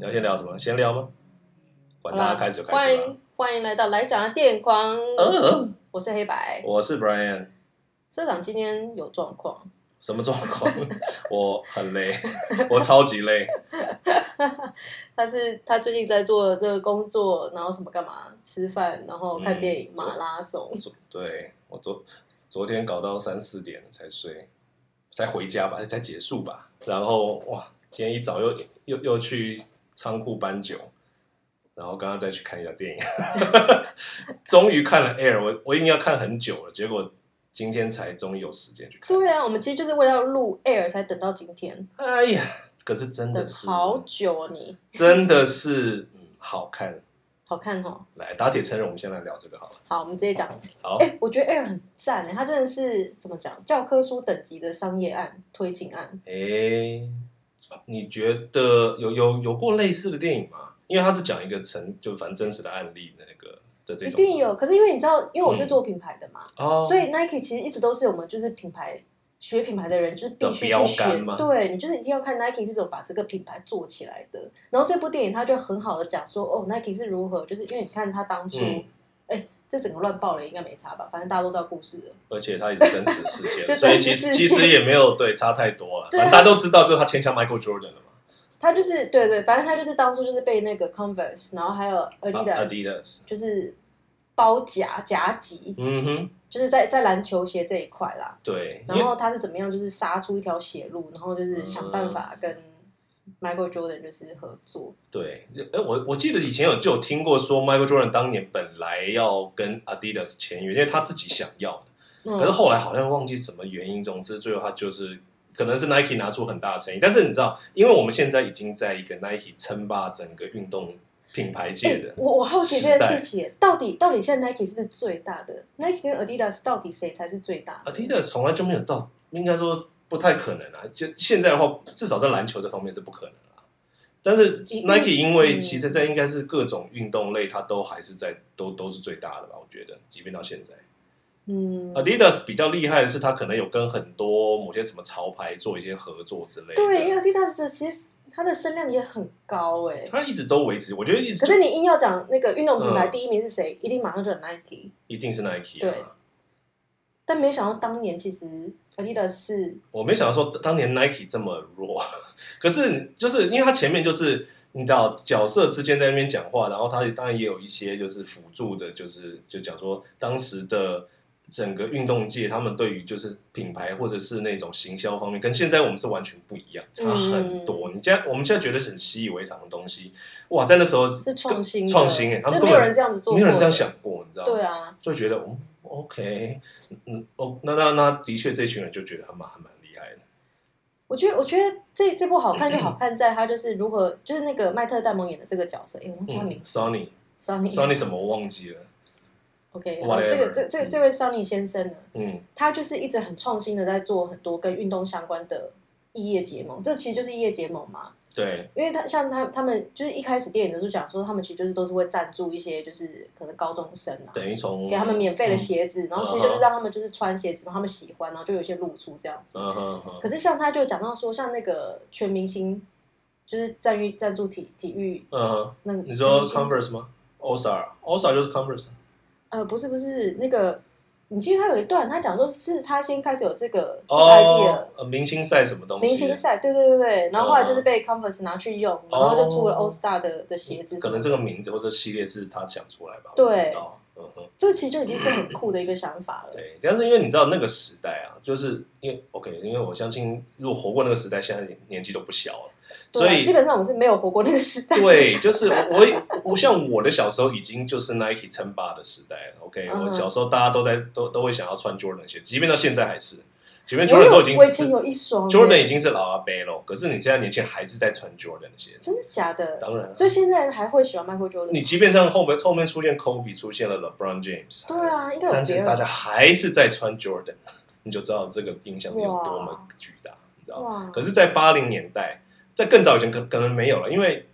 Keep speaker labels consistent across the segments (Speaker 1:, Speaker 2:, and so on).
Speaker 1: 要先聊什么？闲聊吗？管
Speaker 2: 好
Speaker 1: 他
Speaker 2: 啦
Speaker 1: 开始就开
Speaker 2: 欢
Speaker 1: 始吧。
Speaker 2: 迎欢迎来到来讲的电光，
Speaker 1: 呃，
Speaker 2: 我是黑白
Speaker 1: 我是 Brian，
Speaker 2: 社长，今天有状况，
Speaker 1: 什么状况？ 我很累，我超级累。
Speaker 2: 他是他最近在做这个工作，然后什么干嘛？吃饭，然后看电影，
Speaker 1: 嗯
Speaker 2: 马拉松，
Speaker 1: 昨对我昨昨天搞到三四点才睡，才回家吧，才结束吧。然后哇，今天一早又又又去仓库搬酒，然后刚刚再去看一下电影， 终于看了 Air，我我已经要看很久了，结果今天才终于有时间去看。
Speaker 2: 对啊，我们其实就是为了要录 air 才等到今天，
Speaker 1: 哎呀，可是真
Speaker 2: 等
Speaker 1: 的是
Speaker 2: 好久啊你，
Speaker 1: 真的是嗯好看。
Speaker 2: 好看哦。
Speaker 1: 来，打铁趁热，我们先来聊这个好了。
Speaker 2: 好，我们直接讲。
Speaker 1: 好，
Speaker 2: 哎、我觉得 Air 很赞哎，它真的是怎么讲，教科书等级的商业案推进案。
Speaker 1: 诶，哎你觉得有有有过类似的电影吗？因为它是讲一个成就反正真实的案例的那个的这
Speaker 2: 一
Speaker 1: 种，
Speaker 2: 定有，可是因为你知道，因为我是
Speaker 1: 嗯
Speaker 2: 做品牌的嘛，
Speaker 1: 哦，
Speaker 2: 所以 Nike 其实一直都是我们就是品牌学品牌的人，就是
Speaker 1: 的
Speaker 2: 必须去
Speaker 1: 标
Speaker 2: 学
Speaker 1: 杆吗。
Speaker 2: 对你就是一定要看 Nike 是怎么把这个品牌做起来的。然后这部电影它就很好的讲说，哦，Nike 是如何，就是因为你看他当初，哎、
Speaker 1: 嗯
Speaker 2: 这整个乱爆了应该没差吧，反正大家都知道故事了。
Speaker 1: 而且它也是真实事
Speaker 2: 就
Speaker 1: 件，所以
Speaker 2: 真
Speaker 1: 其
Speaker 2: 实
Speaker 1: 实
Speaker 2: 事
Speaker 1: 其
Speaker 2: 件
Speaker 1: 实也没有对差太多了，
Speaker 2: 对啊
Speaker 1: 反正大家都知道，就是他签下 Michael Jordan 了嘛
Speaker 2: 他就是对对，反正他就是当初就是被那个 Converse，然后还有 Adidas，、
Speaker 1: 啊，Adidas，
Speaker 2: 就是包夹夹击，
Speaker 1: 嗯哼，
Speaker 2: 就是在在篮球鞋这一块啦。
Speaker 1: 对，因
Speaker 2: 然
Speaker 1: 为嗯
Speaker 2: 后他是怎么样，就是杀出一条血路，然后就是想办法跟 Michael Jordan 就是合作。
Speaker 1: 对，哎，我我记得以前有就有听过说 Michael Jordan 当年本来要跟 Adidas 签约，因为他自己想要的。可是
Speaker 2: 嗯，
Speaker 1: 后来好像忘记什么原因，总之最后他就是可能是 Nike 拿出很大的诚意，但是你知道，因为我们现在已经在一个 Nike 称霸整个运动品牌界的，
Speaker 2: 我我好奇这
Speaker 1: 时
Speaker 2: 件
Speaker 1: 代
Speaker 2: 事情，到底到底现在 Nike 是不是最大的？Nike 跟 Adidas 到底谁才是最大的？
Speaker 1: Adidas 从来就没有到，应该说不太可能啊。就现在的话，至少在篮球这方面是不可能啊。但是
Speaker 2: 因
Speaker 1: Nike 因为
Speaker 2: 嗯
Speaker 1: 其实在应该是各种运动类，它都还是在都都是最大的吧，我觉得，即便到现在。
Speaker 2: 嗯，
Speaker 1: Adidas 比较厉害的是，它可能有跟很多某些什么潮牌做一些合作之类的。
Speaker 2: 对，因为 Adidas 的其实它的声量也很高哎、
Speaker 1: 它一直都维持，我觉得一直
Speaker 2: 可是你硬要讲那个运动品牌
Speaker 1: 嗯
Speaker 2: 第一名是谁，一定马上就有 Nike。
Speaker 1: 一定是 Nike
Speaker 2: 对
Speaker 1: 啊。
Speaker 2: 但没想到当年其实 Adidas 是
Speaker 1: 我没想到说当年 Nike 这么弱， 可是就是因为它前面就是你知道角色之间在那边讲话，然后它当然也有一些就是辅助的，就是就讲说当时的整个运动界，他们对于就是品牌或者是那种行销方面，跟现在我们是完全不一样，差很多。
Speaker 2: 嗯
Speaker 1: 你现在我们现在觉得很习以为常的东西，哇，在那时候
Speaker 2: 是创新的
Speaker 1: 创新哎、他们
Speaker 2: 就是
Speaker 1: 根
Speaker 2: 没有
Speaker 1: 本
Speaker 2: 人这样子做，
Speaker 1: 没有人这样，想过，你知道吗？
Speaker 2: 对啊，
Speaker 1: 就觉得嗯，OK，嗯哦，那那那的确这群人就觉得他蛮还蛮厉害的，
Speaker 2: 我觉得，我觉得这这部好看就好看在它就是如何，就是那个麦特戴蒙演的这个角色，哎、我忘记他名
Speaker 1: 嗯
Speaker 2: 字
Speaker 1: ，Sony
Speaker 2: ，Sony，Sony，OK，、
Speaker 1: 嗯 Sony 什么我忘记了，
Speaker 2: OK，好
Speaker 1: Whatever
Speaker 2: 这个这这
Speaker 1: 嗯
Speaker 2: 这位 Sony 先生呢，
Speaker 1: 嗯，
Speaker 2: 他就是一直很创新的在做很多跟运动相关的异业结盟，这其实就是异业结盟嘛，
Speaker 1: 对，
Speaker 2: 因为他像他他们就是一开始电影的时候讲说，他们其实就是都是会赞助一些就是可能高中生啊，
Speaker 1: 等于从嗯
Speaker 2: 给他们免费的鞋子，然后其实就是让他们就是穿鞋子，然后他们喜欢，然后就有一些露出这样子。
Speaker 1: 嗯，嗯哼哼，
Speaker 2: 可是像他就讲到说，像那个全明星，就是赞誉赞助体体育
Speaker 1: 嗯哼，
Speaker 2: 那个，
Speaker 1: 你说
Speaker 2: 全明星
Speaker 1: Converse 吗？All Star，All Star 就是 Converse，
Speaker 2: 呃不是不是那个，你记得他有一段他讲说是他先开始有这个这个 idea。
Speaker 1: 哦，呃明星赛什么东西？
Speaker 2: 明星赛，对对对对，然后后来就是被 Converse 拿去用，然后就出了
Speaker 1: 嗯哦
Speaker 2: All Star 的的鞋子什么的，
Speaker 1: 可能这个名字或者系列是他想出来吧，
Speaker 2: 对
Speaker 1: 我不知道，嗯哼。
Speaker 2: 这其实就已经是很酷的一个想法了。啊
Speaker 1: 对，但是因为你知道那个时代啊，就是因为 OK，因为我相信如果活过那个时代，现在年纪都不小了，
Speaker 2: 对
Speaker 1: 所
Speaker 2: 啊
Speaker 1: 以
Speaker 2: 基本上我是没有活过那个时代。
Speaker 1: 对，就是我 也我像我的小时候已经就是 Nike 称霸的时代了。OK，、
Speaker 2: 嗯
Speaker 1: 我小时候大家都在都都会想要穿 Jordan 鞋，即便到现在还是，即 便
Speaker 2: 我
Speaker 1: Jordan
Speaker 2: 有
Speaker 1: 都已经
Speaker 2: 我以前有一双耶
Speaker 1: Jordan 已经是老阿伯了，可是你现在年轻人还是在穿 Jordan 的鞋子。
Speaker 2: 真的假的？
Speaker 1: 当然啊
Speaker 2: 所以现在还会喜欢 Michael Jordan？
Speaker 1: 你即便像后面后面出现 Kobe 出现了 LeBron James，
Speaker 2: 对啊，应该有
Speaker 1: 但
Speaker 2: 别
Speaker 1: 是
Speaker 2: 人。
Speaker 1: 大家还是在穿 Jordan，你 就知道这个影响力有多么巨大，你知道吗？
Speaker 2: 哇，
Speaker 1: 可是，在八零年代，在更早以前可可能没有了，因为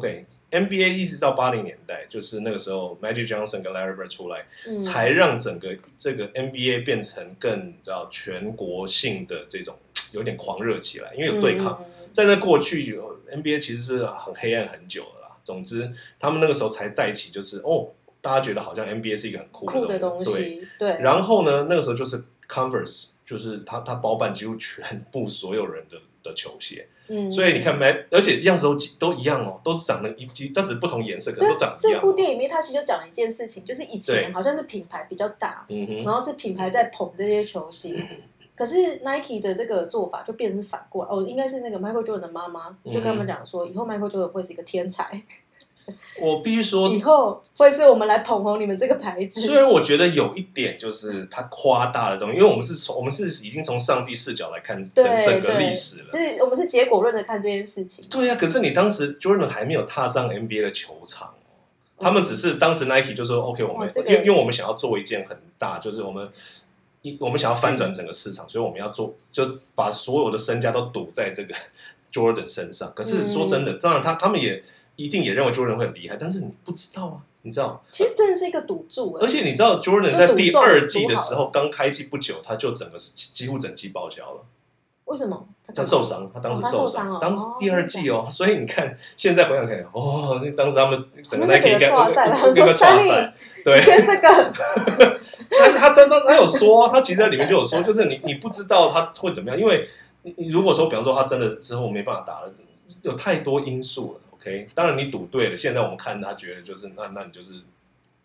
Speaker 1: OK，NBA 一直到八零年代，就是那个时候 Magic Johnson 跟 Larry Bird 出来，
Speaker 2: 嗯
Speaker 1: 才让整个这个 NBA 变成更你知道全国性的这种嘖有点狂热起来，因为有对抗。
Speaker 2: 嗯，
Speaker 1: 在那过去有 NBA 其实是很黑暗很久了啦。总之，他们那个时候才带起，就是哦，大家觉得好像 NBA 是一个很酷
Speaker 2: 酷的
Speaker 1: 东
Speaker 2: 东
Speaker 1: 对，
Speaker 2: 西，对，
Speaker 1: 然后呢，那个时候就是 Converse，就是他他包办几乎全部所有人的的球鞋，
Speaker 2: 嗯，
Speaker 1: 所以你看 m a 而且样式都几都一样哦，都是长得一，几但只是不同颜色，可是
Speaker 2: 对
Speaker 1: 都长得一
Speaker 2: 这
Speaker 1: 样
Speaker 2: 部
Speaker 1: 哦。
Speaker 2: 电影里面，他其实就讲了一件事情，就是以
Speaker 1: 对
Speaker 2: 前好像是品牌比较大，
Speaker 1: 嗯哼，
Speaker 2: 然后是品牌在捧这些球星。可是 Nike 的这个做法就变成反过来哦，应该是那个 Michael Jordan 的妈妈
Speaker 1: 嗯
Speaker 2: 就跟他们讲说，以后 Michael Jordan 会是一个天才，
Speaker 1: 我必须说
Speaker 2: 以，后会是我们来捧红你们这个牌
Speaker 1: 虽
Speaker 2: 子。
Speaker 1: 然我觉得有一点就是他夸大了东西，因为我们是从我们是已经从上帝视角来看整
Speaker 2: 对
Speaker 1: 整个
Speaker 2: 对
Speaker 1: 历史了
Speaker 2: 就。是我们是结果论的看这件事情，
Speaker 1: 对啊呀、可是你当时 Jordan 还没有踏上 NBA 的球场哦，他们只是当时 Nike 就说 OK，我们、
Speaker 2: 这个
Speaker 1: 因为因为我们想要做一件很大，就是我们一我们想要翻转整个市场，所以我们要做，就把所有的身家都赌在这个 Jordan 身上。可是说真的，
Speaker 2: 嗯
Speaker 1: 当然他他们也一定也认为 Jordan 会很厉害，但是你不知道啊，你知道，
Speaker 2: 其实真的是一个赌注哎、
Speaker 1: 而且你知道 Jordan
Speaker 2: 就
Speaker 1: 在
Speaker 2: 赌
Speaker 1: 第
Speaker 2: 中
Speaker 1: 二
Speaker 2: 赌
Speaker 1: 季的
Speaker 2: 好
Speaker 1: 时候刚开季不久，他就整个几乎整季报销了。
Speaker 2: 为什么？
Speaker 1: 他受伤，他当时
Speaker 2: 哦他
Speaker 1: 受
Speaker 2: 受伤哦
Speaker 1: 当时
Speaker 2: 哦
Speaker 1: 第二季哦，所以你看现在回想起来，哦，那当时他们整个
Speaker 2: 那个
Speaker 1: Nike 应该呃
Speaker 2: 整个
Speaker 1: 那个
Speaker 2: 挫赛了
Speaker 1: 那个
Speaker 2: 说
Speaker 1: 挫
Speaker 2: Stanley
Speaker 1: 赛，对，
Speaker 2: 签这个，
Speaker 1: 他他他他他有说，他其实在里面就有说，就是你你不知道他会怎么样，因为你你如果说，比方说他真的之后没办法打了，有太多因素了。OK，当然你赌对了，现在我们看他觉得就是那那你就是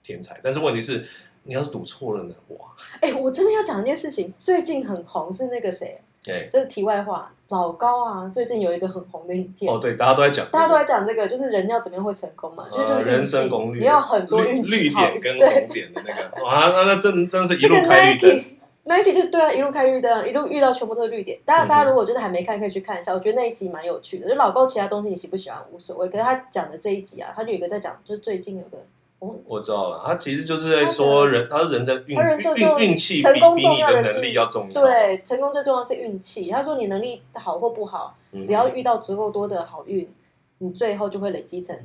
Speaker 1: 天才，但是问题是你要是赌错了呢，哇，
Speaker 2: 哎、我真的要讲一件事情，最近很红是那个谁，
Speaker 1: 哎、
Speaker 2: 这是题外话，老高啊，最近有一个很红的影片，
Speaker 1: 哦对，大家都在讲这个、
Speaker 2: 大家都在讲这个，就是人要怎么样会成功嘛，就是就是
Speaker 1: 呃
Speaker 2: 运气
Speaker 1: 人生攻略，
Speaker 2: 你要很多
Speaker 1: 绿
Speaker 2: 运气
Speaker 1: 绿
Speaker 2: 好
Speaker 1: 点跟
Speaker 2: 对，
Speaker 1: 红点的那个，哇，那那真真的是一
Speaker 2: 这个
Speaker 1: 路开绿灯
Speaker 2: Nike。Nike 就是对啊，一路开绿灯，一路遇到全部都是绿点。
Speaker 1: 嗯
Speaker 2: 当然，
Speaker 1: 哼
Speaker 2: 大家如果就是还没看，可以去看一下。我觉得那一集蛮有趣的，就老高其他东西你喜不喜欢无所谓，可是他讲的这一集啊，他就有一个在讲，就是最近有个哦，
Speaker 1: 我知道了，他其实就是在说人，他人生运
Speaker 2: 他人生就
Speaker 1: 运运气比
Speaker 2: 成功
Speaker 1: 比
Speaker 2: 重
Speaker 1: 你
Speaker 2: 要的是
Speaker 1: 能力要重要。，
Speaker 2: 对，成功最重要是运气。他说你能力好或不好，
Speaker 1: 嗯
Speaker 2: 只要遇到足够多的好运，你最后就会累积成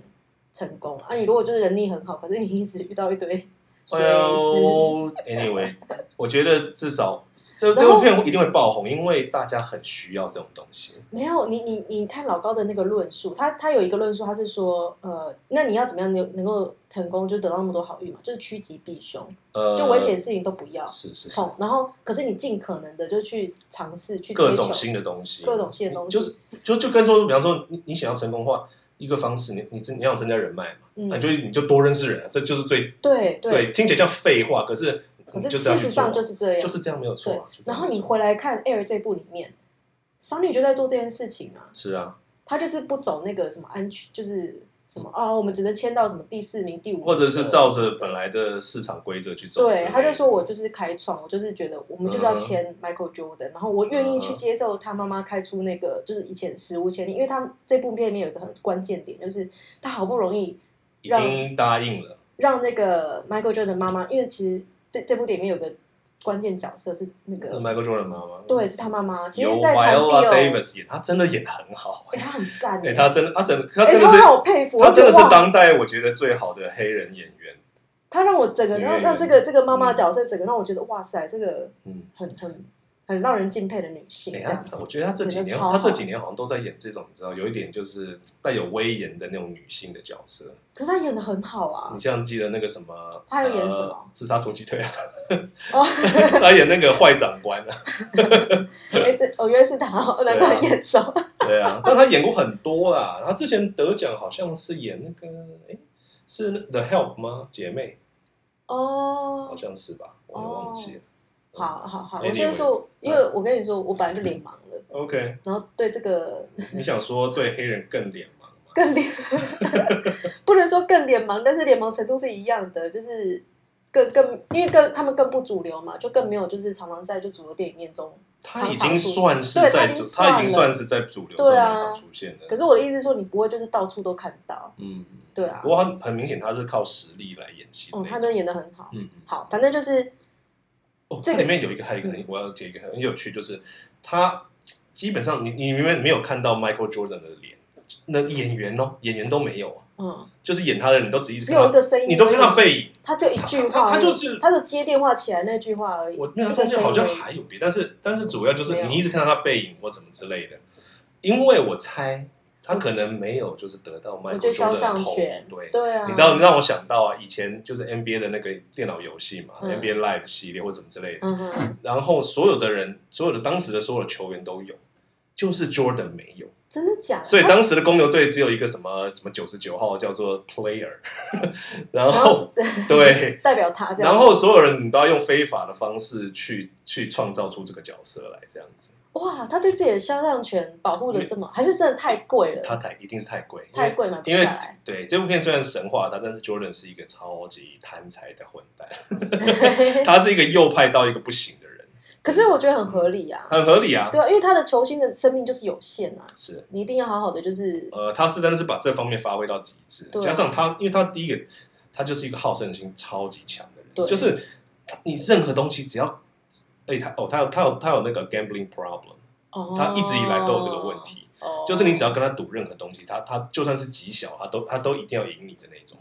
Speaker 2: 成功。啊，你如果就是能力很好，可是你一直遇到一堆 衰
Speaker 1: 哎
Speaker 2: 事，
Speaker 1: 呦，anyway，我觉得至少这这
Speaker 2: 然
Speaker 1: 部
Speaker 2: 后
Speaker 1: 片一定会爆红，因为大家很需要这种东西。
Speaker 2: 没有，你你你看老高的那个论述，他他有一个论述，他是说，呃，那你要怎么样能能够成功，就得到那么多好运嘛，就是趋吉避凶，
Speaker 1: 呃，
Speaker 2: 就危险事情都不要
Speaker 1: 是是是
Speaker 2: 碰，然后可是你尽可能的就去尝试去
Speaker 1: 各
Speaker 2: 追
Speaker 1: 种
Speaker 2: 求，
Speaker 1: 新的东西，
Speaker 2: 各种新的东西
Speaker 1: 就是就就跟说，比方说你你想要成功的话，一个方式，你你增你要增加人脉嘛，那你
Speaker 2: 嗯，
Speaker 1: 就你就多认识人啊，这就是最
Speaker 2: 对
Speaker 1: 对，，听起来像废话，可是
Speaker 2: 可
Speaker 1: 你
Speaker 2: 是
Speaker 1: 就是要
Speaker 2: 事
Speaker 1: 去
Speaker 2: 实
Speaker 1: 做
Speaker 2: 上就是这样，
Speaker 1: 就是这样没有错
Speaker 2: 对
Speaker 1: 啊。就。这
Speaker 2: 然
Speaker 1: 样
Speaker 2: 后
Speaker 1: 没有
Speaker 2: 你
Speaker 1: 错
Speaker 2: 回来看《Air》这部里面，桑女就在做这件事情啊，
Speaker 1: 是啊，
Speaker 2: 她就是不走那个什么安全，就是什么哦，我们只能签到什么第四名、第五名的，
Speaker 1: 或者是照着本来的市场规则去走之类
Speaker 2: 对，
Speaker 1: 的。嗯
Speaker 2: 他就说我就是开创，我就是觉得我们就是要签 Michael Jordan，、然后我愿意去接受他妈妈开出那个就是以前实物签订，因为他这部片里面有一个很关键点，就是他好不容易
Speaker 1: 已经答应了，
Speaker 2: 让那个 Michael Jordan 妈妈，因为其实这这部电影里面有个关键角色是那
Speaker 1: 那
Speaker 2: 个
Speaker 1: Michael Jordan 妈妈，
Speaker 2: 对，是他妈妈，其
Speaker 1: 由
Speaker 2: 实在谈
Speaker 1: 嗯 Viola
Speaker 2: Bill，
Speaker 1: Davis 演，她真的演的很好，
Speaker 2: 哎，他很赞
Speaker 1: 哎，
Speaker 2: 耶，
Speaker 1: 她真的，她真的，她
Speaker 2: 哎
Speaker 1: 真的是
Speaker 2: 他，好啊佩服，
Speaker 1: 她真的是
Speaker 2: 我觉得哇
Speaker 1: 当代我觉得最好的黑人演员。
Speaker 2: 他让我整个
Speaker 1: 女
Speaker 2: 让
Speaker 1: 演
Speaker 2: 让
Speaker 1: 员
Speaker 2: 这个这个妈妈的角色整个让我觉得哇塞，这个
Speaker 1: 嗯
Speaker 2: 很很很让人敬佩的女性，
Speaker 1: 哎
Speaker 2: 这
Speaker 1: 呀
Speaker 2: 样，子
Speaker 1: 她我觉得她这几
Speaker 2: 真
Speaker 1: 年，
Speaker 2: 的超好
Speaker 1: 她这几年好像都在演这种，你知道，有一点就是带有威严的那种女性的角色。
Speaker 2: 可是他演的很好啊
Speaker 1: 你，像记得那个什么，
Speaker 2: 她有演什
Speaker 1: 呃
Speaker 2: 么？
Speaker 1: 自杀突击队啊，
Speaker 2: 哦，
Speaker 1: 她演那个坏长官 啊，
Speaker 2: 哎，这哦，原来是他哦，
Speaker 1: 嗯啊
Speaker 2: 难怪眼熟。
Speaker 1: 对啊，但他演过很多啦。他之前得奖好像是演那个，哎，是那 The Help 吗？姐妹好
Speaker 2: 哦，
Speaker 1: 像是吧，我也忘记了。
Speaker 2: 好好好，
Speaker 1: Anyway，嗯
Speaker 2: 我先说，因为我跟你说，我本来就脸盲了，
Speaker 1: OK，
Speaker 2: 然后对这个
Speaker 1: 你想说对黑人更脸盲吗？
Speaker 2: 更脸， 不能说更脸盲，但是脸盲程度是一样的，就是更更，因为更他们更不主流嘛，就更没有就是常常在就主流电影面中。
Speaker 1: 他已经算是
Speaker 2: 对
Speaker 1: 在
Speaker 2: 他已经
Speaker 1: 主，
Speaker 2: 算了
Speaker 1: 他已经算是在主流上
Speaker 2: 对啊
Speaker 1: 面常出现的。
Speaker 2: 可是我的意思是说，你不会就是到处都看到，
Speaker 1: 嗯，
Speaker 2: 对啊
Speaker 1: 不。过他很明显他是靠实力来演戏的
Speaker 2: 哦，
Speaker 1: 那
Speaker 2: 他
Speaker 1: 种。
Speaker 2: 真的演的很好。
Speaker 1: 嗯，嗯
Speaker 2: 好，反正就是
Speaker 1: 哦，
Speaker 2: 这
Speaker 1: 这
Speaker 2: 个嗯
Speaker 1: 里面有一个还有一个很，我要讲一个很有趣，就是他基本上你你明明没有看到 Michael Jordan 的脸，那演员哦，演员都没有，
Speaker 2: 嗯，
Speaker 1: 就是演他的人都只一直
Speaker 2: 只
Speaker 1: 看
Speaker 2: 有一
Speaker 1: 到，
Speaker 2: 个声音，
Speaker 1: 你都看到，背影。
Speaker 2: 他只有一句
Speaker 1: 他
Speaker 2: 话而
Speaker 1: 他他
Speaker 2: 已，
Speaker 1: 就是
Speaker 2: 他就接电话起来那句话而已。
Speaker 1: 我因为他中
Speaker 2: 一个
Speaker 1: 间
Speaker 2: 声
Speaker 1: 好像
Speaker 2: 音而已
Speaker 1: 还有别，但是但是主要就
Speaker 2: 没
Speaker 1: 是
Speaker 2: 有
Speaker 1: 你一直看到他背影或什么之类的，因为我猜他可能没有就是得到
Speaker 2: 我
Speaker 1: Michael
Speaker 2: 觉得肖
Speaker 1: Jordan 的
Speaker 2: 像
Speaker 1: 头，
Speaker 2: 权，
Speaker 1: 对。
Speaker 2: 对啊，
Speaker 1: 你知道，让我想到啊，以前就是 NBA 的那个电脑游戏嘛、
Speaker 2: 嗯
Speaker 1: n b a Live 系列或什么之类的，
Speaker 2: 嗯哼，
Speaker 1: 然后所有的人，所有的当时的所有的球员都有，就是 Jordan 没有，
Speaker 2: 真的假的？
Speaker 1: 所以当时的公牛队只有一个什么什么九十九号叫做 Player，然
Speaker 2: 然
Speaker 1: 后
Speaker 2: 后
Speaker 1: 对，
Speaker 2: 代表他这样，
Speaker 1: 然后所有人你都要用非法的方式去去创造出这个角色来，这样子，
Speaker 2: 哇，他对自己的肖像权保护的这么，还是真的太贵了，
Speaker 1: 它太一定是太贵，因
Speaker 2: 太
Speaker 1: 为
Speaker 2: 贵买不
Speaker 1: 因
Speaker 2: 下
Speaker 1: 为
Speaker 2: 来。
Speaker 1: 对这部片虽然神话他，但是 Jordan 是一个超级贪财的混 蛋，他是一个右派到一个不行的人，
Speaker 2: 可是我觉得很合理啊，
Speaker 1: 很合理啊，
Speaker 2: 对啊，因为他的球星的生命就是有限啊，
Speaker 1: 是。
Speaker 2: 你一定要好好的，就是
Speaker 1: 呃，他是真的是把这方面发挥到极致，
Speaker 2: 对
Speaker 1: 加上他，因为他第一个，他就是一个好胜心超级强的
Speaker 2: 对
Speaker 1: 人，就是你任何东西只要，哎，他哦，他有他有他有那个 gambling problem，
Speaker 2: 哦，
Speaker 1: 他一直以来都有这个问题，
Speaker 2: 哦，
Speaker 1: 就是你只要跟他赌任何东西，他他就算是极小，他都他都一定要赢你的那种，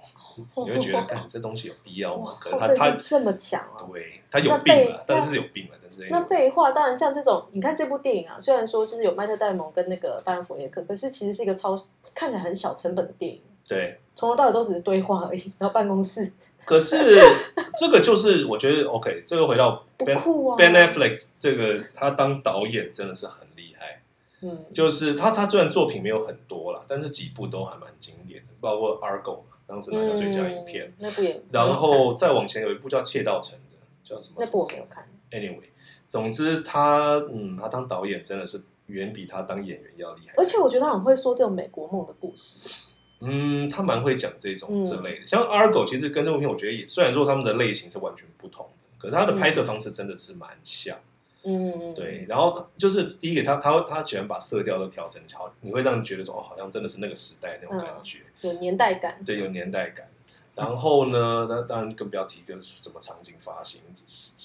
Speaker 2: 哦
Speaker 1: 你会觉得，干这东西有必要
Speaker 2: 哇
Speaker 1: 吗？，可是他
Speaker 2: 好胜
Speaker 1: 他
Speaker 2: 心这么强啊！
Speaker 1: 对他有
Speaker 2: 那
Speaker 1: 病
Speaker 2: 被
Speaker 1: 了，但是有病了，但是
Speaker 2: 那废话，当然像这种，你看这部电影啊，虽然说就是有麦特戴蒙跟那个班恩弗列克，可是其实是一个超看起来很小成本的电影，
Speaker 1: 对，
Speaker 2: 从头到尾都只是对话而已，然后办公室
Speaker 1: 可是 这个就是我觉得 OK，这个回到
Speaker 2: 不
Speaker 1: Ben
Speaker 2: 酷啊。
Speaker 1: Ben Affleck 这个他当导演真的是很厉害。
Speaker 2: 嗯，
Speaker 1: 就是他他虽然作品没有很多啦，但是几部都还蛮经典的，包括《Argo》嘛，当时拿下最佳影片。
Speaker 2: 嗯、那部也，
Speaker 1: 然后再往前有一部叫《窃盗城》的，叫什么
Speaker 2: 那部我没有看，
Speaker 1: ？Anyway，总之他嗯，他当导演真的是远比他当演员要厉害。
Speaker 2: 而且我觉得他很会说这种美国梦的故事，
Speaker 1: 嗯，他蛮会讲这种
Speaker 2: 嗯
Speaker 1: 之类的。像《Argo》其实跟这部片，我觉得也虽然说他们的类型是完全不同的，可是他的拍摄方式真的是蛮像。
Speaker 2: 嗯，，
Speaker 1: 对，然后就是第一个，他他他喜欢把色调都调成好，你会让你觉得说哦，好像真的是那个时代那种
Speaker 2: 嗯
Speaker 1: 感觉。
Speaker 2: 有年代感，
Speaker 1: 对，有年代感。然后呢，那当然更不要提就是什么场景、发型、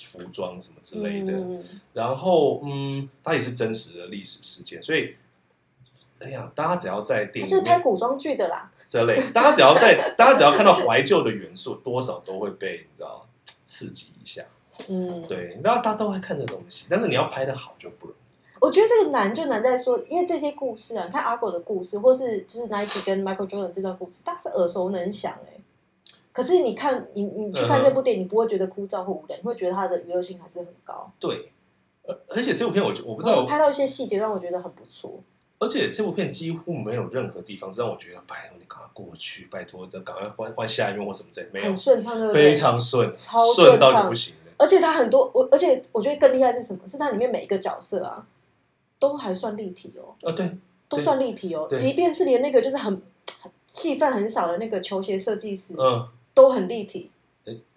Speaker 1: 服装什么之类的。
Speaker 2: 嗯、
Speaker 1: 然后，嗯，它也是真实的历史事件，所以，哎呀，大家只要在
Speaker 2: 他
Speaker 1: 电
Speaker 2: 就是
Speaker 1: 影
Speaker 2: 拍
Speaker 1: 里
Speaker 2: 古装剧的啦，
Speaker 1: 这类，大家只要在，大家只要看到怀旧的元素，多少都会被你知道刺激一下。
Speaker 2: 嗯，。
Speaker 1: 对，那大家都会看这东西，但是你要拍的好就不容易。
Speaker 2: 我觉得这个难就难在说，因为这些故事啊，你看 Argo 的故事，或是就是 Nike 跟 Michael Jordan 这段故事，大家是耳熟能详哎、可是你看，你你去看
Speaker 1: 嗯哼
Speaker 2: 这部电影，你不会觉得枯燥或无聊，你会觉得它的娱乐性还是很高。
Speaker 1: 对，而而且这部片我觉我不知
Speaker 2: 然后
Speaker 1: 道，
Speaker 2: 拍到一些细节让我觉得很不错。
Speaker 1: 而且这部片几乎没有任何地方是让我觉得，拜托你赶快过去，拜托，这赶快换换下一面或什么之类，没有
Speaker 2: 很，顺畅，对不对？
Speaker 1: 非。常顺，
Speaker 2: 超顺
Speaker 1: 顺
Speaker 2: 畅
Speaker 1: 到你不行的。
Speaker 2: 而且它很多，我而且我觉得更厉害是什么？是它里面每一个角色啊，都还算立体哦，
Speaker 1: 啊，对，
Speaker 2: 都算立体哦。
Speaker 1: 对
Speaker 2: 即便是连那个就是很很戏份很少的那个球鞋设计师，
Speaker 1: 嗯，
Speaker 2: 都很立体。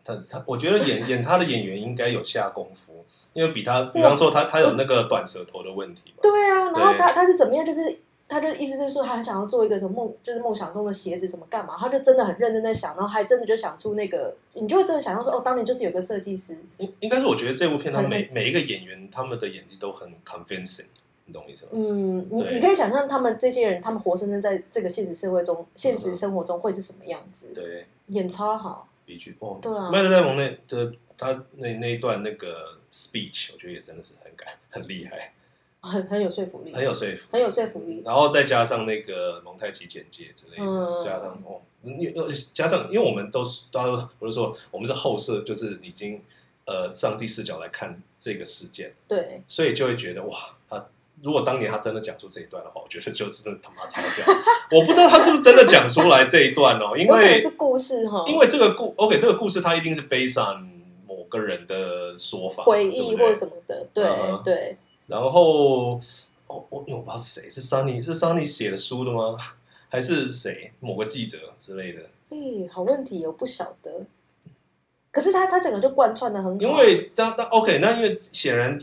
Speaker 1: 他他，我觉得演演他的演员应该有下功夫，因为比他，比方说他他有那个短舌头的问题嘛，
Speaker 2: 对啊，然后
Speaker 1: 对
Speaker 2: 他他是怎么样？就是他就意思就是说，他很想要做一个什么梦，就是梦想中的鞋子什么干嘛？他就真的很认真在想，然后还真的就想出那个，你就会真的想到说，哦，当年就是有个设计师，
Speaker 1: 应应该是我觉得这部片他
Speaker 2: 很
Speaker 1: 每每一个演员他们的演技都很 convincing，你懂我意思吗？
Speaker 2: 嗯，你
Speaker 1: 对
Speaker 2: 你可以想象他们这些人，他们活生生在这个现实社会中、现实生活中会是什么样子，
Speaker 1: 嗯对，
Speaker 2: 演超好，
Speaker 1: 比句哦，
Speaker 2: 对啊
Speaker 1: 麦特戴蒙那的他那那一段那个 speech，我觉得也真的是很感很厉害，
Speaker 2: 很很有说服力，
Speaker 1: 很有说服，
Speaker 2: 嗯很有说服力，
Speaker 1: 然后再加上那个蒙太奇简介之类的，
Speaker 2: 嗯
Speaker 1: 加上哦，你加上，因为我们都是大家都，我就说我们是后设，就是已经呃上帝视角来看这个事件，
Speaker 2: 对，
Speaker 1: 所以就会觉得哇，他如果当年他真的讲出这一段的话，我觉得就真的他妈超屌。我不知道他是不是真的讲出来这一段哦，因
Speaker 2: 有可能
Speaker 1: 为
Speaker 2: 是故事哈，
Speaker 1: 因为这个故 OK 这个故事它一定是 based on 某个人的说法嘛
Speaker 2: 回
Speaker 1: 对
Speaker 2: 忆
Speaker 1: 不
Speaker 2: 或
Speaker 1: 对
Speaker 2: 者什么的，对
Speaker 1: 嗯
Speaker 2: 对，
Speaker 1: 然后哦，我因为我不知道是谁，是 Sunny 是 Sunny 写的书的吗？ 还是谁某个记者之类的？
Speaker 2: 诶、好问题哦，我不晓得。可是他他整个就贯穿的很好，
Speaker 1: 因为当当 OK，那因为显然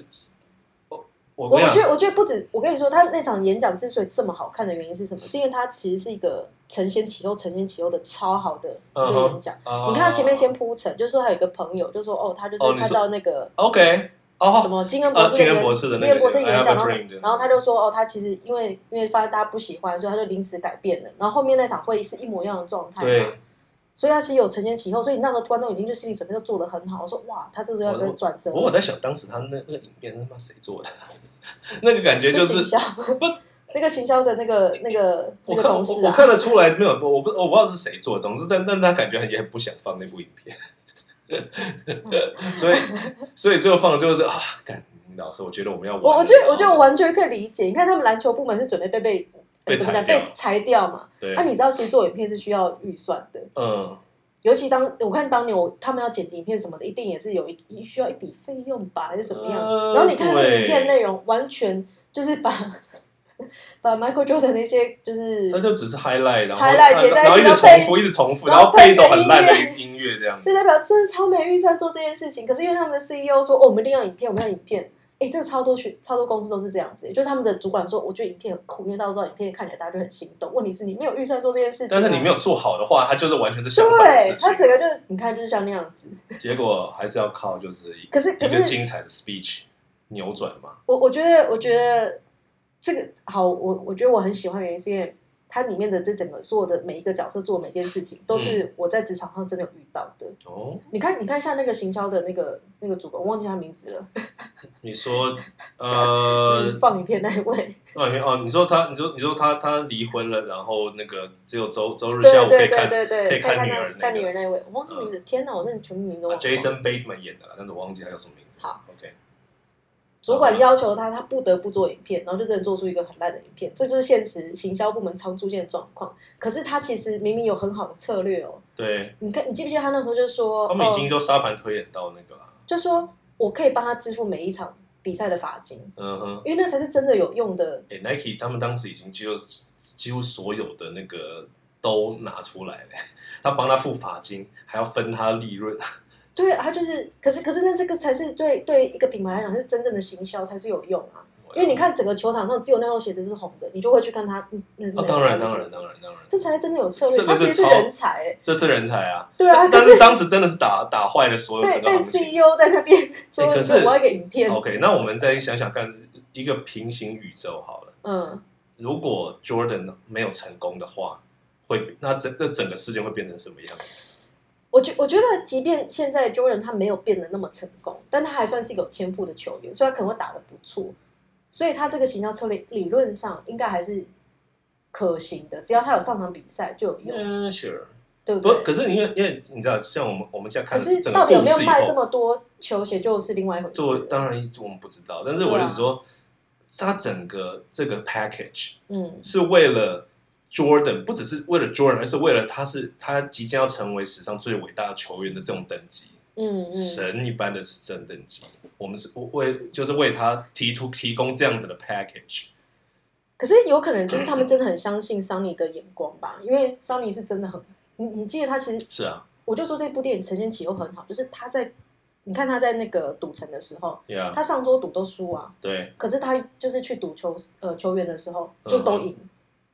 Speaker 1: 我我
Speaker 2: 我
Speaker 1: 跟
Speaker 2: 我
Speaker 1: 你
Speaker 2: 觉得，
Speaker 1: 讲，
Speaker 2: 我觉得不止。我跟你说，他那场演讲之所以这么好看的原因是什么？是因为他其实是一个承先启后、承先启后的超好的一
Speaker 1: 嗯
Speaker 2: 个
Speaker 1: 哼
Speaker 2: 演讲。
Speaker 1: 啊
Speaker 2: 你看他前面先铺陈，就是说他有一个朋友，就说哦，他就是
Speaker 1: 哦你
Speaker 2: 看
Speaker 1: 说
Speaker 2: 到那个
Speaker 1: OK，
Speaker 2: 什
Speaker 1: 哦，
Speaker 2: 么金恩
Speaker 1: 呃，
Speaker 2: 博士
Speaker 1: 金
Speaker 2: 的
Speaker 1: 恩
Speaker 2: 演
Speaker 1: 博士的那
Speaker 2: 金
Speaker 1: 个
Speaker 2: 恩博士
Speaker 1: I
Speaker 2: 演
Speaker 1: have
Speaker 2: 讲，
Speaker 1: a
Speaker 2: 然后
Speaker 1: dream 的
Speaker 2: 然后他就说哦，他其实因为因为发现大家不喜欢，所以他就临时改变了。然后后面那场会议是一模一样的状态嘛
Speaker 1: 对，
Speaker 2: 所以他其实有承先启后，所以那时候观众已经就心理准备就做得很好。我说哇，他这时候要
Speaker 1: 我
Speaker 2: 跟转折
Speaker 1: 不，过我在想，当时他那那个影片他妈谁做的？ 那个感觉就
Speaker 2: 行
Speaker 1: 是
Speaker 2: 销那个行销的那个那个那
Speaker 1: 我
Speaker 2: 个
Speaker 1: 看我
Speaker 2: 同事
Speaker 1: 我
Speaker 2: 啊，
Speaker 1: 看得出来没有，我不我不知道是谁做的，总之但但他感觉也很不想放那部影片，
Speaker 2: 嗯
Speaker 1: 所以所以最后放的就是啊，干老师，我觉得我们要玩了
Speaker 2: 我我觉得我觉得我完全可以理解。你看他们篮球部门是准备被被
Speaker 1: 被
Speaker 2: 呃怎
Speaker 1: 裁
Speaker 2: 么讲
Speaker 1: 掉
Speaker 2: 被裁掉嘛？
Speaker 1: 对，
Speaker 2: 那、啊你知道其实做影片是需要预算的，
Speaker 1: 嗯
Speaker 2: 尤其当我看当年我他们要剪影片什么的，一定也是有一需要一笔费用吧，还是怎么样？
Speaker 1: 呃
Speaker 2: 然后你看那
Speaker 1: 对
Speaker 2: 影片内容，完全就是把 把 Michael Jordan 那些就是
Speaker 1: 那就只是 highlight，然后
Speaker 2: highlight 剪在一起
Speaker 1: 然后一直
Speaker 2: 然后配
Speaker 1: 重复，一直重复，
Speaker 2: 然
Speaker 1: 然
Speaker 2: 后
Speaker 1: 后配一首
Speaker 2: 配
Speaker 1: 很
Speaker 2: 着
Speaker 1: 烂的
Speaker 2: 音
Speaker 1: 音乐这样子
Speaker 2: 就，代表真的超没预算做这件事情。可是因为他们的 CEO 说，哦，我们一定要影片，我们要影片。哎，这个超多学超多公司都是这样子，就是他们的主管说，我觉得影片很酷，因为到时候影片看起来大家就很心动。问题是你没有预算做这件事情啊、
Speaker 1: 但是你没有做好的话，它就是完全是相反的
Speaker 2: 对
Speaker 1: 事，
Speaker 2: 他
Speaker 1: 情，
Speaker 2: 整个就是你看就是像那样子。
Speaker 1: 结果还是要靠就是一
Speaker 2: 可是
Speaker 1: 一
Speaker 2: 可
Speaker 1: 个
Speaker 2: 是
Speaker 1: 精彩的 speech 扭转嘛，
Speaker 2: 我我觉得，我觉得这个好，我我觉得我很喜欢，原因是因为它里面的这整个所有的每一个角色做每件事情，都是
Speaker 1: 嗯
Speaker 2: 我在职场上真的有遇到的。
Speaker 1: 哦。
Speaker 2: 你看，你看，像那个行销的那个那个主管，我忘记他名字了，
Speaker 1: 你说，呃，
Speaker 2: 放影片那一位，
Speaker 1: 哦，你哦，你说他，你说你说他，他离婚了，然后那个只有周周日
Speaker 2: 对
Speaker 1: 下午可以
Speaker 2: 对
Speaker 1: 看啊
Speaker 2: 对对对，
Speaker 1: 可以看
Speaker 2: 看
Speaker 1: 女儿那个
Speaker 2: 看女儿那一位，我忘记名字，天哪，我真的全部名字都
Speaker 1: 啊
Speaker 2: 忘了。
Speaker 1: Jason Bateman 演的啦，但是我忘记他叫什么名字。
Speaker 2: 好
Speaker 1: ，OK，
Speaker 2: 主管要求他，他不得不做影片，然后就真的做出一个很烂的影片，这就是现实行销部门常出现的状况。可是他其实明明有很好的策略哦，
Speaker 1: 对，
Speaker 2: 你看，你记不记得他那时候就说，
Speaker 1: 他们已经
Speaker 2: 哦、
Speaker 1: 都沙盘推演到那个了，
Speaker 2: 就说我可以帮他支付每一场比赛的罚金，
Speaker 1: 嗯哼，
Speaker 2: 因为那才是真的有用的。
Speaker 1: 哎，Nike 他们当时已经几乎几乎所有的那个都拿出来了，他帮他付罚金，还要分他利润，
Speaker 2: 对啊，他就是，可是可是那这个才是对对一个品牌来讲是真正的行销才是有用啊。 因为你看整个球场上只有那双鞋子是红的，你就会去看他，嗯那是
Speaker 1: 啊，
Speaker 2: 哪
Speaker 1: 当然
Speaker 2: 双鞋
Speaker 1: 当然
Speaker 2: 子
Speaker 1: 当然当然，
Speaker 2: 这才是真的有策略。
Speaker 1: 这个是
Speaker 2: 他其实是
Speaker 1: 超
Speaker 2: 人才、欸，
Speaker 1: 这是人才啊，
Speaker 2: 对啊，
Speaker 1: 但
Speaker 2: 可是
Speaker 1: 是当时真的是打打坏了所有
Speaker 2: 被
Speaker 1: 整个
Speaker 2: 被
Speaker 1: 行情。
Speaker 2: CEO 在那边说，
Speaker 1: 可是哦
Speaker 2: 我要一个影片，
Speaker 1: OK，那我们再想想看，一个平行宇宙好了。
Speaker 2: 嗯，
Speaker 1: 如果 Jordan 没有成功的话，会那整那整个事件会变成什么样子？
Speaker 2: 我觉我觉得，即便现在 Jordan 他没有变得那么成功，但他还算是一个有天赋的球员，所以他可能会打得不错，所以他这个行销策略理论上应该还是可行的，只要他有上场比赛就有用，
Speaker 1: 嗯，Sure。
Speaker 2: 对不
Speaker 1: 不，可
Speaker 2: 对？
Speaker 1: 是因为因为你知道，像我们我们现在
Speaker 2: 可
Speaker 1: 看
Speaker 2: 是
Speaker 1: 整个
Speaker 2: 到底有
Speaker 1: 故
Speaker 2: 没有
Speaker 1: 事以
Speaker 2: 卖这
Speaker 1: 后，
Speaker 2: 么多球鞋就是另外一回事
Speaker 1: 就
Speaker 2: 了。
Speaker 1: 当然我们不知道，但是我
Speaker 2: 对啊
Speaker 1: 就是说，他整个这个 package
Speaker 2: 嗯，
Speaker 1: 是为了 Jordan，不只是为了 Jordan，而是为了他是他即将要成为史上最伟大的球员的这种等级。
Speaker 2: 嗯嗯，
Speaker 1: 神一般的是正等级，我们是为就是为他提出提供这样子的 package，
Speaker 2: 可是有可能就是他们真的很相信桑尼的眼光吧，因为桑尼是真的很，你你记得他其实
Speaker 1: 是啊
Speaker 2: 我就说这部电影呈现起又很好，就是他在你看他在那个赌城的时候，
Speaker 1: ，Yeah，
Speaker 2: 他上桌赌都输啊，
Speaker 1: 对，
Speaker 2: 可是他就是去赌球呃球员的时候就
Speaker 1: 嗯
Speaker 2: 都赢，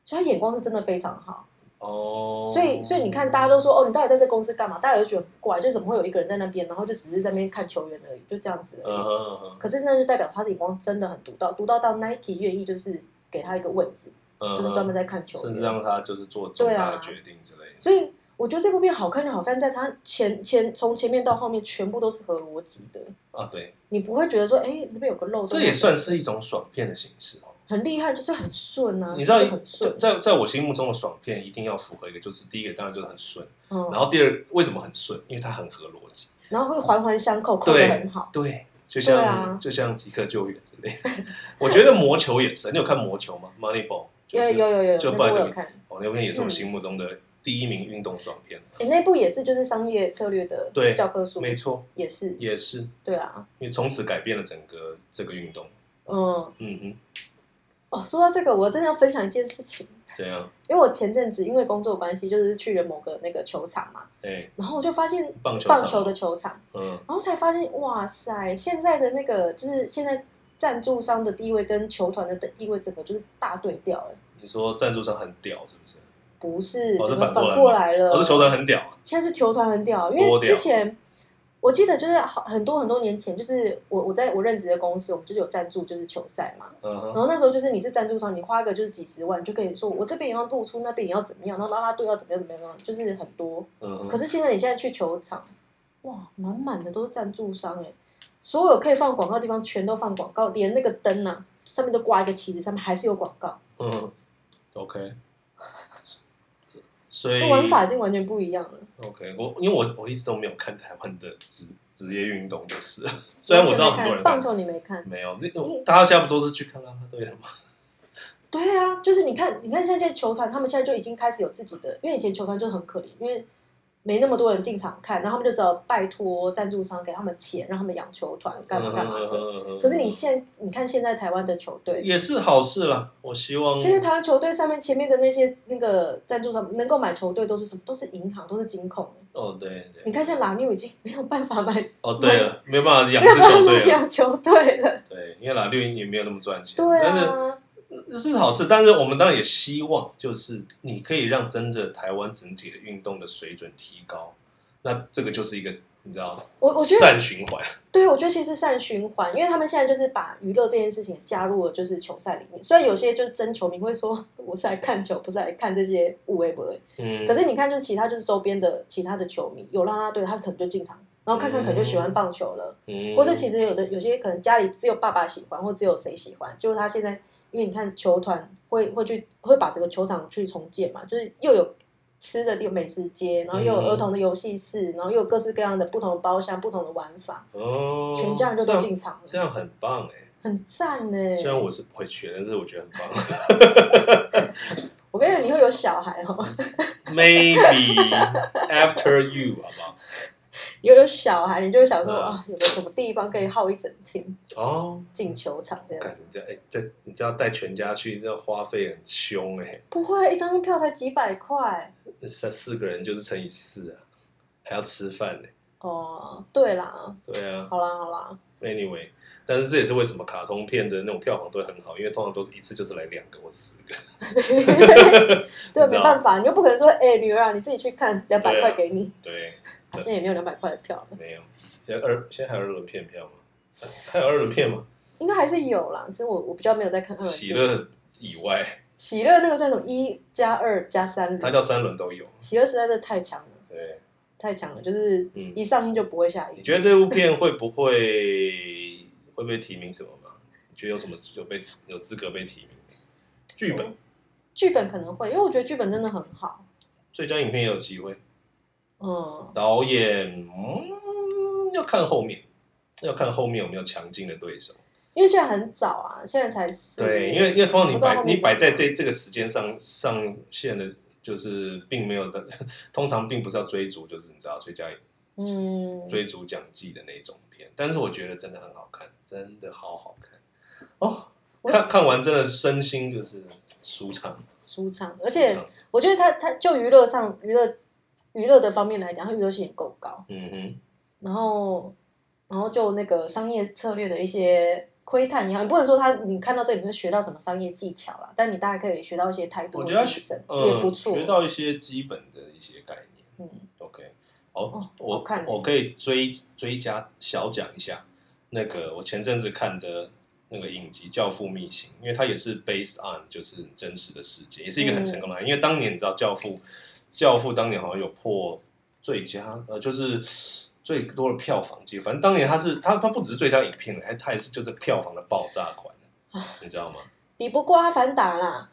Speaker 2: 所以他眼光是真的非常好。
Speaker 1: 哦，
Speaker 2: 所以所以你看，大家都说哦，你到底在这公司干嘛？大家就觉得很怪，就怎么会有一个人在那边，然后就只是在那边看球员而已，就这样子而已。
Speaker 1: 嗯哼，嗯哼
Speaker 2: 可是那就代表他的眼光真的很独到，独到到 Nike 愿意就是给他一个位置，
Speaker 1: 嗯哼，
Speaker 2: 就是专门在看球
Speaker 1: 甚至
Speaker 2: 员。
Speaker 1: 让他就是做重大的决定之类的，
Speaker 2: 所以我觉得这部片好看就好看在它前前从前面到后面全部都是合逻辑的，
Speaker 1: 啊，对，
Speaker 2: 你不会觉得说哎那边有个漏洞，
Speaker 1: 这也算是一种爽片的形式哦。
Speaker 2: 很厉害，就是很顺啊，
Speaker 1: 你知道
Speaker 2: 就是很顺，，
Speaker 1: 在在我心目中的爽片一定要符合一个，就是第一个当然就是很顺，
Speaker 2: 嗯
Speaker 1: 然后第二为什么很顺？因为它很合逻辑，
Speaker 2: 然后会环环相扣，扣的很好。
Speaker 1: 对，就
Speaker 2: 对
Speaker 1: 像、
Speaker 2: 啊
Speaker 1: 就像即刻救援之类的。 我觉得魔球也是，你有看魔球吗？Moneyball 就
Speaker 2: 有
Speaker 1: 是
Speaker 2: 有有有
Speaker 1: 就
Speaker 2: 有，那
Speaker 1: 不然
Speaker 2: 部我
Speaker 1: 怎么
Speaker 2: 有看，
Speaker 1: 哦，那片也是我心目中的第一名运动爽片。
Speaker 2: 诶那部也是就是商业策略的
Speaker 1: 对
Speaker 2: 教科书，
Speaker 1: 没错，
Speaker 2: 也是
Speaker 1: 也是，
Speaker 2: 对啊，
Speaker 1: 因为从此改变了整个这个运动。
Speaker 2: 嗯，
Speaker 1: 嗯
Speaker 2: 哦，说到这个，我真的要分享一件事情，
Speaker 1: 哼，怎样？
Speaker 2: 因为我前阵子因为工作关系，就是去了某个那个球场嘛，
Speaker 1: 哎、
Speaker 2: 然后我就发现
Speaker 1: 棒球场
Speaker 2: 棒球的球场，
Speaker 1: 嗯，
Speaker 2: 然后才发现哇塞，现在的那个就是现在赞助商的地位跟球团的地位，整个就是大对调哎、
Speaker 1: 你说赞助商很屌是不是？
Speaker 2: 不是，
Speaker 1: 哦是
Speaker 2: 整
Speaker 1: 反
Speaker 2: 个
Speaker 1: 过来吗
Speaker 2: 反过来了，
Speaker 1: 我、哦、是球团很屌啊，
Speaker 2: 现在是球团很屌，因
Speaker 1: 多
Speaker 2: 为
Speaker 1: 屌
Speaker 2: 之前我记得就是好很多很多年前，就是我我在我任职的公司，我们就是有赞助就是球赛嘛，
Speaker 1: 嗯
Speaker 2: 然
Speaker 1: 哼，
Speaker 2: 后那时候就是你是赞助商，你花个就是几十万，你就可以说我这边也要露出，那边也要怎么样，然后拉拉队要怎么样怎么样，就是很多。
Speaker 1: 嗯
Speaker 2: 可
Speaker 1: 哼，
Speaker 2: 是现在你现在去球场，哇，满满的都是赞助商哎、所有可以放广告的地方全都放广告，连那个灯啊上面都挂一个旗子，上面还是有广告，
Speaker 1: 嗯哼，OK，所以
Speaker 2: 这玩法已经完全不一样了。
Speaker 1: OK，我因为我我一直都没有看台湾的职职业运动， 就是了虽然我知道很多人啊
Speaker 2: 棒
Speaker 1: 看
Speaker 2: 球你没看，
Speaker 1: 没有，那我大家不都是去看啦啦队的吗？
Speaker 2: 对啊，就是你看，你看现在这些球团，他们现在就已经开始有自己的，因为以前球团就很可怜，因为没那么多人进场看，然后他们就只好拜托赞助商给他们钱，让他们养球团，干嘛
Speaker 1: 嗯
Speaker 2: 干嘛的。
Speaker 1: 的
Speaker 2: 可是你现你看现在台湾的球队，
Speaker 1: 也是好事啦，我希望
Speaker 2: 现在台湾球队上面前面的那些那个赞助商能够买球队都是什么？都是银行，都是金控。
Speaker 1: 哦对对
Speaker 2: 你看，像拉纽已经没有办法买，没
Speaker 1: 哦对了，没有办法养
Speaker 2: 有
Speaker 1: 这
Speaker 2: 办
Speaker 1: 球
Speaker 2: 法
Speaker 1: 队了，
Speaker 2: 养球队了。
Speaker 1: 对，因为啦绿茵也没有那么赚钱，
Speaker 2: 对
Speaker 1: 但是
Speaker 2: 啊，
Speaker 1: 这是好事，但是我们当然也希望，就是你可以让真的台湾整体的运动的水准提高，那这个就是一个你知道
Speaker 2: 我我觉得
Speaker 1: 善循环，
Speaker 2: 对，我觉得其实善循环，因为他们现在就是把娱乐这件事情加入了就是球赛里面。虽然有些就是真球迷会说我是来看球，不是来看这些无为不为，
Speaker 1: 嗯，
Speaker 2: 可是你看就是其他就是周边的其他的球迷有啦啦队，他可能就进场，然后看看可能就喜欢棒球了，
Speaker 1: 嗯
Speaker 2: 或者其实有的有些可能家里只有爸爸喜欢，或只有谁喜欢，就是他现在因为你看球团会会去会把整个球场去重建嘛，就是又有。吃的地美食街，然后
Speaker 1: 嗯
Speaker 2: 又有儿童的游戏室，然后又有各式各样的不同的包厢、不同的玩法，
Speaker 1: 哦，
Speaker 2: 全家人就
Speaker 1: 这
Speaker 2: 都
Speaker 1: 样
Speaker 2: 进场了，
Speaker 1: 这样很棒哎，
Speaker 2: 很赞呢、
Speaker 1: 虽然我是不会去，但是我觉得很棒
Speaker 2: 我跟你讲，你会有小孩哦，
Speaker 1: ，maybe after you 好不好？
Speaker 2: 你会有小孩，你就会想说
Speaker 1: 嗯
Speaker 2: 啊，有没有什么地方可以耗一整天
Speaker 1: 哦，
Speaker 2: 进球场这样？
Speaker 1: 感觉哎，这你知道带全家去，这花费很凶哎，
Speaker 2: 不会，一张票才几百块
Speaker 1: 三四个人就是乘以四啊，还要吃饭呢，欸
Speaker 2: 哦。对啦，
Speaker 1: 对啊。
Speaker 2: 好啦好啦，
Speaker 1: Anyway，但是这也是为什么卡通片的那种票房都会很好，因为通常都是一次就是来两个或四个。
Speaker 2: 对，
Speaker 1: 你知
Speaker 2: 没
Speaker 1: 道
Speaker 2: 办法，你又不可能说，哎、女儿啊，你自己去看，两百
Speaker 1: 对啊
Speaker 2: 块给你，
Speaker 1: 对，
Speaker 2: 好像也没有两百块的票了，
Speaker 1: 没有。现在二现在还有二轮片票吗？还有二轮片吗？
Speaker 2: 应该还是有啦，只是我我比较没有在看二轮
Speaker 1: 喜
Speaker 2: 片。
Speaker 1: 乐以外，
Speaker 2: 喜乐那个算什么？一加二加三
Speaker 1: 它
Speaker 2: 轮，
Speaker 1: 叫三轮都有。
Speaker 2: 喜乐实在是太强了，
Speaker 1: 对，
Speaker 2: 太强了，就是
Speaker 1: 嗯
Speaker 2: 一上映就不会下
Speaker 1: 你
Speaker 2: 映。
Speaker 1: 觉得这部片会不会会被提名什么吗？你觉得有什么有被有资格被提名？剧本
Speaker 2: 剧本可能会，因为我觉得剧本真的很好。
Speaker 1: 最佳影片也有机会，
Speaker 2: 嗯，
Speaker 1: 导演嗯要看后面，要看后面有没有强劲的对手。
Speaker 2: 因为现在很早啊，现在才四
Speaker 1: 对，
Speaker 2: 月
Speaker 1: 因为因为通常你
Speaker 2: 不知道
Speaker 1: 摆
Speaker 2: 后
Speaker 1: 你
Speaker 2: 面
Speaker 1: 摆
Speaker 2: 怎么
Speaker 1: 在这
Speaker 2: 样
Speaker 1: 这个时间上上线的，就是并没有的， 通常并不是要追逐，就是你知道追加
Speaker 2: 嗯，
Speaker 1: 追逐奖季的那种片。但是我觉得真的很好看，真的好好看哦！
Speaker 2: 我
Speaker 1: 看看完真的身心就是舒畅，
Speaker 2: 舒畅，而
Speaker 1: 舒
Speaker 2: 且
Speaker 1: 畅
Speaker 2: 我觉得它它就娱乐上娱乐娱乐的方面来讲，它娱乐性也够高，
Speaker 1: 嗯哼，
Speaker 2: 然后然后就那个商业策略的一些窥探也好，你不能说它你看到这里会学到什么商业技巧啦，但你大概可以学到一些态度
Speaker 1: 我
Speaker 2: 和
Speaker 1: 觉得
Speaker 2: 精
Speaker 1: 学
Speaker 2: 神，也不
Speaker 1: 嗯
Speaker 2: 错。
Speaker 1: 学到一些基本的一些概念。
Speaker 2: 嗯，
Speaker 1: OK，好，
Speaker 2: 哦
Speaker 1: 我
Speaker 2: 好看
Speaker 1: 我可以追追加小讲一下，那个我前阵子看的那个影集《教父秘辛》，因为它也是 based on 就是真实的世界，也是一个
Speaker 2: 嗯
Speaker 1: 很成功的案例。因为当年你知道《教父》，《教父》当年好像有破最佳，呃，就是最多的票房记录。反正当年它是它它不只是最佳影片，它它也是就是票房的爆炸款，
Speaker 2: 啊
Speaker 1: 你知道吗？
Speaker 2: 比不过阿凡达啦，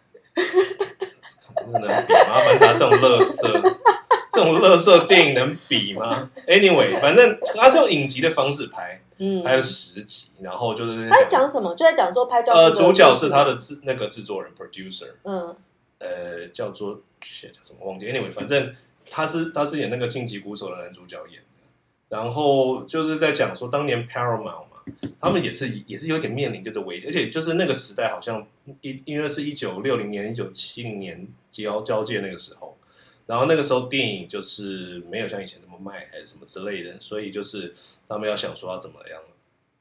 Speaker 1: 真的能比吗？凡达这种乐色，这种乐色电影能比吗？Anyway，反正它是用影集的方式拍，
Speaker 2: 嗯，
Speaker 1: 拍了十集，然后就是
Speaker 2: 他讲什么？就在讲说拍照
Speaker 1: 呃，主角是他的制那个制作人 producer，
Speaker 2: 嗯
Speaker 1: 呃，叫做 shit 叫什么忘记，anyway，反正他是他是演那个《晋级鼓手》的男主角演的，然后就是在讲说当年 Paramount 嘛，他们也是也是有点面临就是危机，而且就是那个时代好像一因为是一九六零年一九七零年交交界那个时候，然后那个时候电影就是没有像以前那么卖还是什么之类的，所以就是他们要想说要怎么样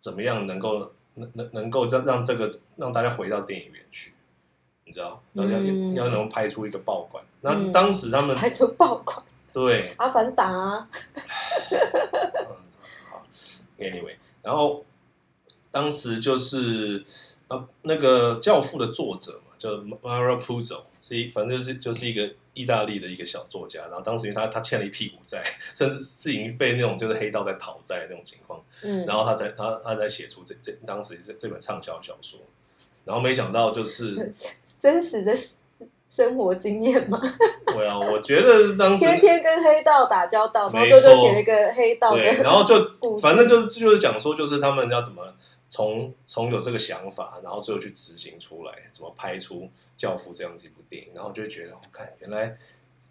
Speaker 1: 怎么样能够能能能够让让这个让大家回到电影院去。你知道，然后要、
Speaker 2: 嗯
Speaker 1: 要能拍出一个爆款。那
Speaker 2: 嗯
Speaker 1: 当时他们、
Speaker 2: 拍出爆款，
Speaker 1: 对，
Speaker 2: 阿凡达啊、
Speaker 1: 嗯 anyway，然后当时就是呃那个《教父》的作者嘛，叫 Mario Puzo，是一反正就是就是一个意大利的一个小作家。然后当时因为他他欠了一屁股债，甚至是已经被那种就是黑道在讨债的那种情况，
Speaker 2: 嗯，
Speaker 1: 然后他才他他才写出这这当时这这本畅销小说。然后没想到 就是，
Speaker 2: 真实的生活经验嘛，
Speaker 1: 对啊，我觉得当时
Speaker 2: 天天跟黑道打交道，然后
Speaker 1: 没
Speaker 2: 最后就
Speaker 1: 错
Speaker 2: 写了一个黑道的
Speaker 1: 对，然后就
Speaker 2: 故事，
Speaker 1: 反正就是就是讲说，就是他们要怎么从从有这个想法，然后最后去执行出来，怎么拍出《教父》这样子一部电影，然后就会觉得，我哦看原来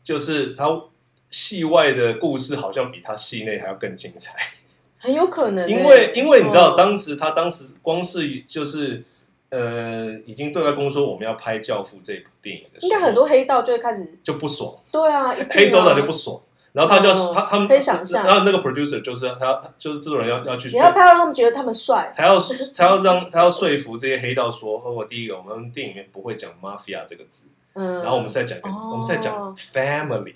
Speaker 1: 就是他戏外的故事好像比他戏内还要更精彩，
Speaker 2: 很有可能欸、
Speaker 1: 因为因为你知道，
Speaker 2: 嗯
Speaker 1: 当时他当时光是就是呃已经对外公说我们要拍《教父》这部电影的时
Speaker 2: 应
Speaker 1: 候，
Speaker 2: 该很多黑道就会开始，
Speaker 1: 就不爽，
Speaker 2: 对啊，一定 啊
Speaker 1: 黑手党就不爽。然后他就、
Speaker 2: 嗯
Speaker 1: 他他们，
Speaker 2: 可以想象
Speaker 1: 然后那个 producer 就是他，他就是制作人要要去
Speaker 2: 你
Speaker 1: 说
Speaker 2: 要拍到他们觉得他们帅，
Speaker 1: 他要他要让他要说服这些黑道说，哦，我第一个，我们电影里面不会讲 mafia 这个字，
Speaker 2: 嗯，
Speaker 1: 然后我们是在讲个，
Speaker 2: 哦
Speaker 1: 我们是在讲 family，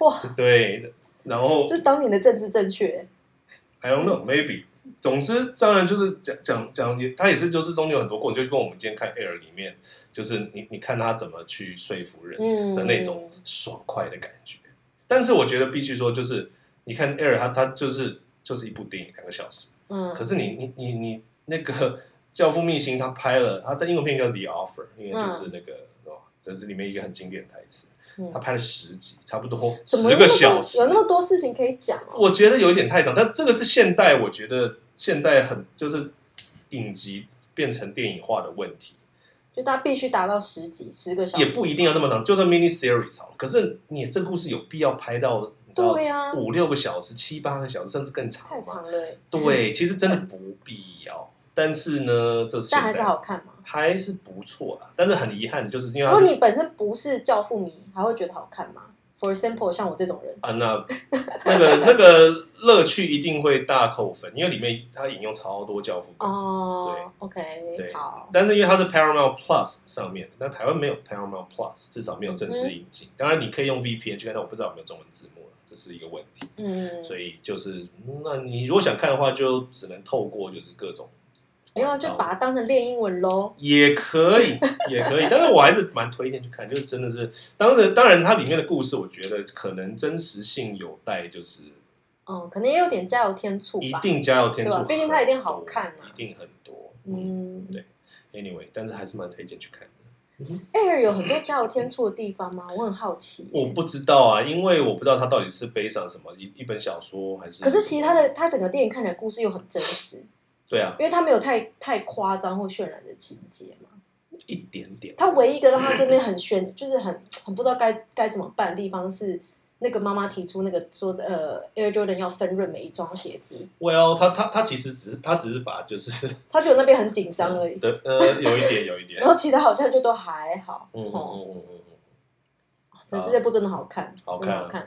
Speaker 2: 哇，
Speaker 1: 对，然后
Speaker 2: 这当年的政治正确，
Speaker 1: I don't know maybe，总之当然就是讲讲讲也，他也是就是中间有很多过程，就跟我们今天看 Air 里面，就是你你看他怎么去说服人
Speaker 2: 嗯
Speaker 1: 的那种爽快的感觉，但是我觉得必须说，就是你看 Air 他他就是就是一部电影两个小时。
Speaker 2: 嗯
Speaker 1: 可是你你你你那个《教父秘辛》，他拍了，他在英文片叫《The Offer》，因为就是那个、哦，这是里面一个很经典的台词
Speaker 2: 嗯。
Speaker 1: 他拍了十集，差不多
Speaker 2: 怎么
Speaker 1: 十
Speaker 2: 有那
Speaker 1: 个
Speaker 2: 么
Speaker 1: 小
Speaker 2: 多
Speaker 1: 时
Speaker 2: 有。那么多事情可以讲哦，
Speaker 1: 我觉得有一点太长，但这个是现代，我觉得现代很就是影集变成电影化的问题，
Speaker 2: 就他必须达到十集十个小时，
Speaker 1: 也不一定要那么长，就算 mini series 好了，可是你这个故事有必要拍到你知道
Speaker 2: 对啊
Speaker 1: 五六个小时、七八个小时，甚至更长
Speaker 2: 太
Speaker 1: 吗？
Speaker 2: 长了欸，
Speaker 1: 对，其实真的不必要。但是呢，这现
Speaker 2: 但
Speaker 1: 代
Speaker 2: 还是好看嘛。
Speaker 1: 还是不错啦，但是很遗憾，就是因为
Speaker 2: 如
Speaker 1: 他
Speaker 2: 果
Speaker 1: 是
Speaker 2: 你本身不是教父迷，还会觉得好看吗？For example，像我这种人，
Speaker 1: 啊，那 那个那个乐趣一定会大扣分，因为里面他引用超多教父歌，
Speaker 2: 哦，OK，
Speaker 1: 对
Speaker 2: 好，
Speaker 1: 但是因为它是 Paramount Plus 上面，但台湾没有 Paramount Plus，至少没有正式引
Speaker 2: 嗯
Speaker 1: 进。当然你可以用 VPN 去看，但我不知道有没有中文字幕了，这是一个问题。
Speaker 2: 嗯，
Speaker 1: 所以就是，嗯那你如果想看的话，就只能透过就是各种
Speaker 2: 没
Speaker 1: 管道，
Speaker 2: 有就把它当成练英文喽。
Speaker 1: 也可以，也可以，但是我还是蛮推荐去看，就是真的是，当然当然它里面的故事，我觉得可能真实性有待就是
Speaker 2: 嗯，可能也有点加油添醋
Speaker 1: 一
Speaker 2: 吧。
Speaker 1: 定加油添醋
Speaker 2: 对吧
Speaker 1: 很多，
Speaker 2: 毕竟它一定好看啊
Speaker 1: 一定很多，嗯
Speaker 2: 嗯
Speaker 1: 对，anyway，但是还是蛮推荐去看的。
Speaker 2: ，Air 有很多加油添醋的地方吗？我很好奇。
Speaker 1: 我不知道啊，因为我不知道它到底是悲伤什么一一本小说还是，
Speaker 2: 可是其实它的它整个电影看起来故事又很真实，
Speaker 1: 对啊，
Speaker 2: 因为它没有太太夸张或渲染的情节嘛。
Speaker 1: 一点点，
Speaker 2: 它唯一一个让他这边很悬，就是很很不知道该该怎么办的地方是，那个妈妈提出那个说呃 Air Jordan 要分润每一双鞋子，
Speaker 1: ，Well，他他他其实只是他只是把就是
Speaker 2: 他只有那边很紧张而已，
Speaker 1: 的呃有一点有一点
Speaker 2: 然，后其他好像就都还好。
Speaker 1: 嗯嗯
Speaker 2: 哦，
Speaker 1: 嗯嗯嗯嗯，
Speaker 2: 这这部真的好看，
Speaker 1: 好
Speaker 2: 真的
Speaker 1: 看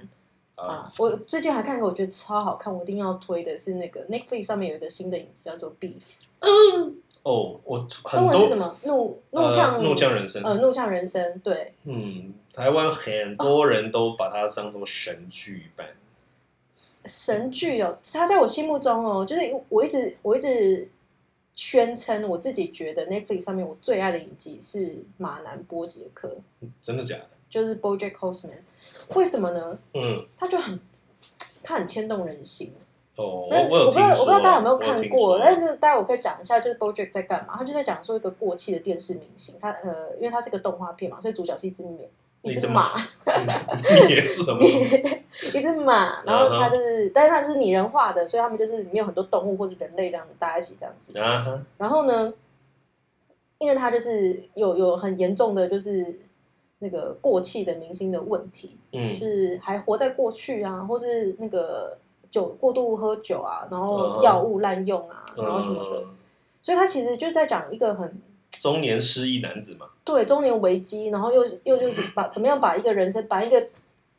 Speaker 2: 好看
Speaker 1: 啊，
Speaker 2: 啊！我最近还看一个我觉得超好看，我一定要推的是那个 Netflix 上面有一个新的影集叫做《Beef》，
Speaker 1: 哦，我很
Speaker 2: 中文是
Speaker 1: 多
Speaker 2: 什么？怒怒
Speaker 1: 呃
Speaker 2: 呛
Speaker 1: 怒呛人生，
Speaker 2: 呃怒呛人生，对，
Speaker 1: 嗯，台湾很多人都把它当做神剧般，嗯
Speaker 2: 神剧哦，它在我心目中哦，就是我一直我一直宣称我自己觉得 Netflix 上面我最爱的影集是马南波杰克，
Speaker 1: 真的假的？
Speaker 2: 就是 BoJack Horseman。为什么呢？
Speaker 1: 嗯，
Speaker 2: 他就很他很牵动人心。
Speaker 1: 哦，我
Speaker 2: 但
Speaker 1: 我有
Speaker 2: 哎我不知
Speaker 1: 听
Speaker 2: 道
Speaker 1: 说，
Speaker 2: 我不知道大家有没有
Speaker 1: 我
Speaker 2: 看
Speaker 1: 听
Speaker 2: 过，
Speaker 1: 说
Speaker 2: 但是待会我可以讲一下，就是 BoJack 在干嘛。他就在讲说一个过气的电视明星，他呃，因为他是个动画片嘛，所以主角是一只牛，
Speaker 1: 一
Speaker 2: 只
Speaker 1: 只
Speaker 2: 马，
Speaker 1: 嗯 你也是什么？
Speaker 2: 一只马，然后它就是，但是它是拟人化的，所以他们就是里面有很多动物或者人类这样子搭在一起这样子。
Speaker 1: 啊哈，
Speaker 2: 然后呢，因为他就是有有很严重的就是那个过气的明星的问题，就
Speaker 1: 嗯
Speaker 2: 是还活在过去啊，或是那个酒过度喝酒啊，然后药物滥用啊，然后什么的，
Speaker 1: 嗯，
Speaker 2: 所以他其实就是在讲一个很。
Speaker 1: 中年失忆男子嘛，
Speaker 2: 对中年危机，然后又又就是把怎么样把一个人生，把一个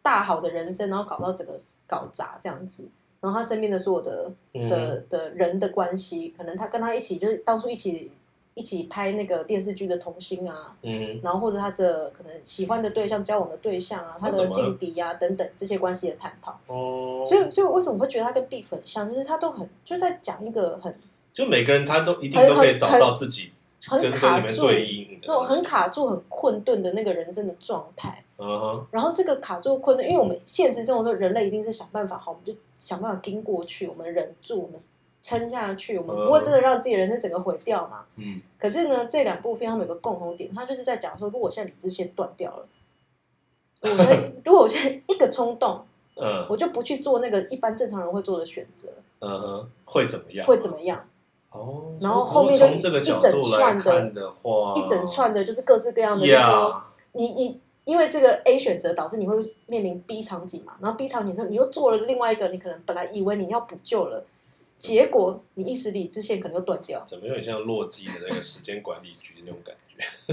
Speaker 2: 大好的人生，然后搞到整个搞砸这样子。然后他身边的所有的
Speaker 1: 嗯
Speaker 2: 的的人的关系，可能他跟他一起就是当初一起一起拍那个电视剧的童星啊，
Speaker 1: 嗯，
Speaker 2: 然后或者他的可能喜欢的对象、交往的对象啊，他
Speaker 1: 那怎
Speaker 2: 的
Speaker 1: 么
Speaker 2: 劲敌啊等等这些关系的探讨。
Speaker 1: 哦，
Speaker 2: 所以，所以我为什么会觉得他跟 B 很像？就是他都很就是在讲一个很
Speaker 1: 就每个人他都一定
Speaker 2: 很
Speaker 1: 都可以
Speaker 2: 很
Speaker 1: 找
Speaker 2: 很
Speaker 1: 到自己
Speaker 2: 很
Speaker 1: 跟跟
Speaker 2: 卡
Speaker 1: 你们
Speaker 2: 住
Speaker 1: 对应的
Speaker 2: 那种
Speaker 1: 东西，
Speaker 2: 很卡住、很困顿的那个人生的状态。
Speaker 1: 嗯哼，
Speaker 2: 然后这个卡住困顿，因为我们现实生活中人类一定是想办法，好，我们就想办法盯过去，我们忍住，我们撑下去，我们不会真的让自己的人生整个毁掉嘛。
Speaker 1: 嗯，
Speaker 2: 可是呢，这两部片他们有个共同点，他就是在讲说，如果我现在理智线断掉了，我会如果我现在一个冲动，
Speaker 1: 嗯
Speaker 2: 我就不去做那个一般正常人会做的选择，
Speaker 1: 嗯哼，会怎么样？
Speaker 2: 会怎么样？
Speaker 1: 哦，
Speaker 2: 然后
Speaker 1: 如
Speaker 2: 后
Speaker 1: 果
Speaker 2: 面就
Speaker 1: 从
Speaker 2: 一
Speaker 1: 这个
Speaker 2: 一
Speaker 1: 角
Speaker 2: 整
Speaker 1: 度来
Speaker 2: 串的
Speaker 1: 看的话，
Speaker 2: 一整串的就是各式各样的，就是说
Speaker 1: 呀，
Speaker 2: 你你因为这个 A 选择导致你会面临 B 场景嘛，然后 B 场景之后你又做了另外一个，你可能本来以为你要补救了，结果你一时理智线可能又断掉。
Speaker 1: 怎么有点像洛基的那个时间管理局那种感觉？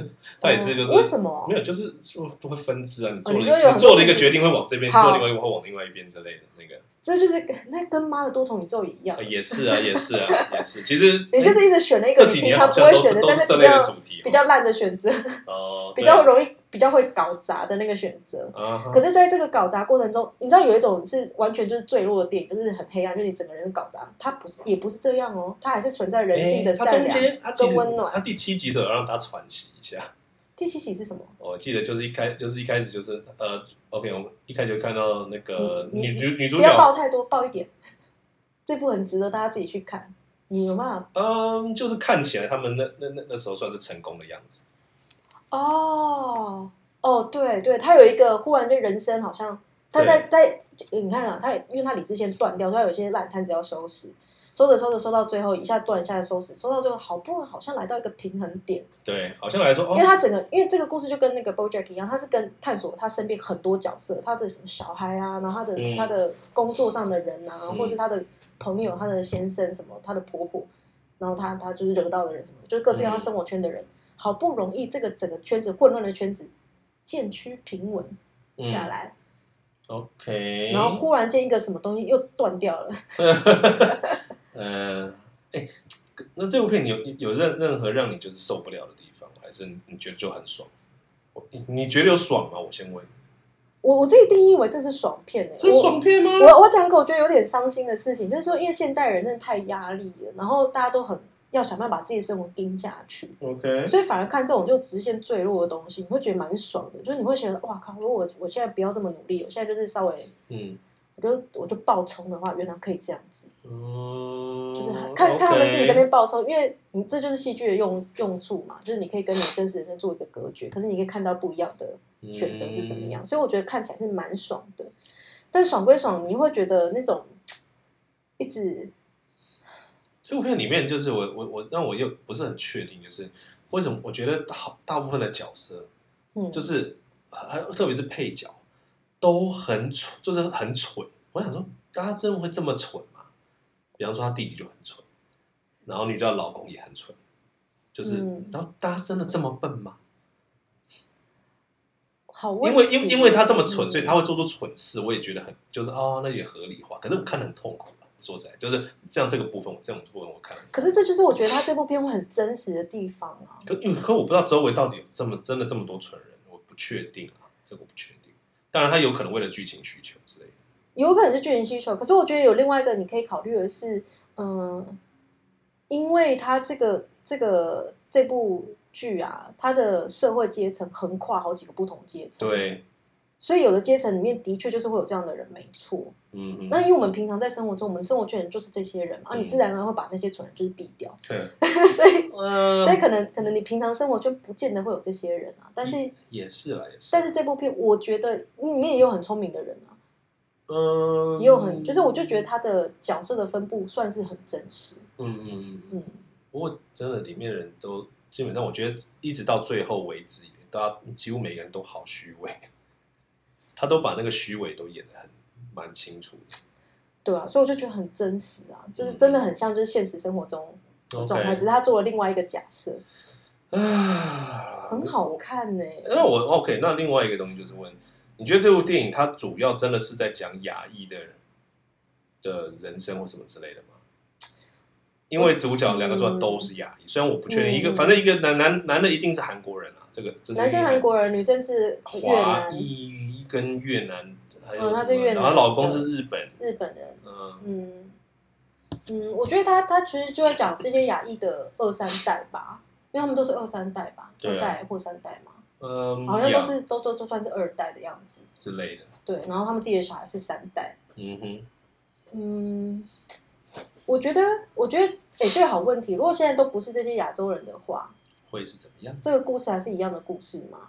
Speaker 1: 他也是就
Speaker 2: 哦为
Speaker 1: 是
Speaker 2: 什么？
Speaker 1: 没有，就是说都会分支啊，你
Speaker 2: 哦
Speaker 1: 做
Speaker 2: 你
Speaker 1: 了一
Speaker 2: 说有
Speaker 1: 你做了一个
Speaker 2: 很多
Speaker 1: 决定会往这边，
Speaker 2: 好
Speaker 1: 做另外一个会往另外一边之类的那个，
Speaker 2: 这就是那跟妈的多重宇宙也一样
Speaker 1: 啊，也是啊，也是啊，也是。其实
Speaker 2: 你就
Speaker 1: 哎
Speaker 2: 是一直选了一个
Speaker 1: 这
Speaker 2: 你
Speaker 1: 几
Speaker 2: 平
Speaker 1: 年
Speaker 2: 常
Speaker 1: 好
Speaker 2: 不
Speaker 1: 像
Speaker 2: 会
Speaker 1: 都
Speaker 2: 选
Speaker 1: 是
Speaker 2: 的，
Speaker 1: 都
Speaker 2: 但
Speaker 1: 是
Speaker 2: 是
Speaker 1: 这
Speaker 2: 比
Speaker 1: 类的主
Speaker 2: 较
Speaker 1: 题哦，
Speaker 2: 比较烂的选择，
Speaker 1: 哦，
Speaker 2: 比较容易比较会搞砸的那个选择。
Speaker 1: 对啊哈，
Speaker 2: 可是，在这个搞砸过程中，你知道有一种是完全就是坠落的电影，就是很黑暗，就是你整个人搞砸。它不是，也不是这样哦，它还是存在人性的
Speaker 1: 哎
Speaker 2: 善
Speaker 1: 他中
Speaker 2: 良。
Speaker 1: 间他其
Speaker 2: 跟
Speaker 1: 实
Speaker 2: 温暖
Speaker 1: 他第七集时候有让他喘息一下。
Speaker 2: 第七集是什么？
Speaker 1: 我记得就是一开，就是一开始就是呃，OK，我们一开始就看到那个
Speaker 2: 你
Speaker 1: 女
Speaker 2: 你
Speaker 1: 主女主
Speaker 2: 不要
Speaker 1: 角，
Speaker 2: 爆太多，爆一点。 这部很值得大家自己去看。你有办法
Speaker 1: 嗯，就是看起来他们那那那那时候算是成功的样子，
Speaker 2: 哦哦，对对，他有一个忽然间人生好像他在在你看啊，他因为他理智线断掉，所以他有些烂摊子要收拾，收着收着收到最后一下断一下收拾，收到最后好不容易好像来到一个平衡点。
Speaker 1: 对，好像来说
Speaker 2: 因为
Speaker 1: 哦，
Speaker 2: 他整个，因为这个故事就跟那个 BoJack 一样，他是跟探索他身边很多角色，他的什么小孩啊，然后他的、
Speaker 1: 嗯
Speaker 2: 他的工作上的人啊，
Speaker 1: 嗯
Speaker 2: 或是他的朋友、啊他的先生什么，他的婆婆，然后他他就是惹到的人什么，就是各式各样他
Speaker 1: 嗯
Speaker 2: 生活圈的人，好不容易这个整个圈子混乱的圈子渐趋平稳下
Speaker 1: 嗯
Speaker 2: 来，
Speaker 1: ，OK，
Speaker 2: 然后忽然间一个什么东西又断掉了，
Speaker 1: 嗯，哎，那这部片有有任任何让你就是受不了的地方吗，还是你你觉得就很爽？我你你觉得有爽吗？我先问，
Speaker 2: 我我自己定义为这是爽片哎、欸，
Speaker 1: 这是
Speaker 2: 我
Speaker 1: 爽片吗？
Speaker 2: 我我讲一个我觉得有点伤心的事情，就是说，因为现代人真的太压力了，然后大家都很要想办法把自己的生活盯下去，
Speaker 1: OK，
Speaker 2: 所以反而看这种就直线坠落的东西，你会觉得蛮爽的，就是你会觉得哇靠，如果我我现在不要这么努力，我现在就是稍微
Speaker 1: 嗯
Speaker 2: 我就我就爆冲的话，原来可以这样子，
Speaker 1: 嗯，
Speaker 2: 就是看、看他们自己
Speaker 1: OK
Speaker 2: 在那边爆冲，因为你这就是戏剧的用用处嘛，就是你可以跟你真实人生做一个隔绝，可是你可以看到不一样的选择是怎么样，
Speaker 1: 嗯
Speaker 2: 所以我觉得看起来是蛮爽的。但爽归爽，你会觉得那种一直
Speaker 1: 这部片里面，就是我我我让我又不是很确定，就是为什么我觉得大大部分的角色，
Speaker 2: 嗯，
Speaker 1: 就是还特别是配角，都很蠢，就是很蠢。我想说，大家真的会这么蠢吗？比方说他弟弟就很蠢，然后女主角老公也很蠢，就是、
Speaker 2: 嗯
Speaker 1: 然后大家真的这么笨吗？
Speaker 2: 好问
Speaker 1: 因
Speaker 2: 题
Speaker 1: 为因因为他这么蠢，
Speaker 2: 嗯
Speaker 1: 所以他会做出蠢事，我也觉得很就是哦，那也合理化。可是我看得很痛苦啊说实在，就是像这个部分，我这种部分我看得很痛苦。
Speaker 2: 可是这就是我觉得他这部片会很真实的地方啊。
Speaker 1: 可因为可我不知道周围到底有这么真的这么多蠢人，我不确定啊，这个我不确定。当然，他有可能为了剧情需求之类的。
Speaker 2: 有可能是剧情需求，可是我觉得有另外一个你可以考虑的是，嗯、因为他这个这个这部剧啊，它的社会阶层横跨好几个不同阶层，，
Speaker 1: 对，
Speaker 2: 所以有的阶层里面的确就是会有这样的人，没错，
Speaker 1: 嗯
Speaker 2: 那
Speaker 1: 嗯，
Speaker 2: 因为我们平常在生活中，我们生活圈人就是这些人嘛，啊，你
Speaker 1: 嗯
Speaker 2: 自然而然会把那些蠢人就是避掉，
Speaker 1: 对，
Speaker 2: 所以所以
Speaker 1: 呃，
Speaker 2: 可能可能你平常生活圈不见得会有这些人啊，但是
Speaker 1: 也是啦，也是。
Speaker 2: 但是这部片我觉得里面也有很聪明的人啊，
Speaker 1: 嗯，
Speaker 2: 也有很就是我就觉得他的角色的分布算是很真实，
Speaker 1: 嗯嗯嗯，
Speaker 2: 嗯，
Speaker 1: 不过真的里面人都基本上，我觉得一直到最后为止，大家几乎每个人都好虚伪，他都把那个虚伪都演得很蛮清楚的。
Speaker 2: 对啊，所以我就觉得很真实啊，就是真的很像就是现实生活中的状态，
Speaker 1: OK，
Speaker 2: 只是他做了另外一个假设，
Speaker 1: 啊，
Speaker 2: 很好看呢、
Speaker 1: 那我 OK，那另外一个东西就是问，你觉得这部电影它主要真的是在讲亚裔的的人生或什么之类的吗？因为主角两个主角都是亚裔，虽然我不确定一个，
Speaker 2: 嗯
Speaker 1: 反正一个男男男的一定是韩国人啊，这个真的
Speaker 2: 男生韩国人，女生是越
Speaker 1: 华
Speaker 2: 南、
Speaker 1: 裔跟越南还有
Speaker 2: 嗯
Speaker 1: 什么，
Speaker 2: 他是越南
Speaker 1: 然后老公是日本，
Speaker 2: 日本人。
Speaker 1: 嗯
Speaker 2: 嗯嗯，我觉得他他其实就在讲这些亚裔的二三代吧，因为他们都是二三代吧，
Speaker 1: 对啊
Speaker 2: 二代或三代嘛，
Speaker 1: 嗯，
Speaker 2: 好像都
Speaker 1: 呀
Speaker 2: 是都都都算是二代的样子。
Speaker 1: 之类的，
Speaker 2: 对，然后他们自己的小孩是三代。
Speaker 1: 嗯哼，
Speaker 2: 嗯，我觉得，我觉得，哎、这个好问题。如果现在都不是这些亚洲人的话，
Speaker 1: 会是怎么样？
Speaker 2: 这个故事还是一样的故事吗？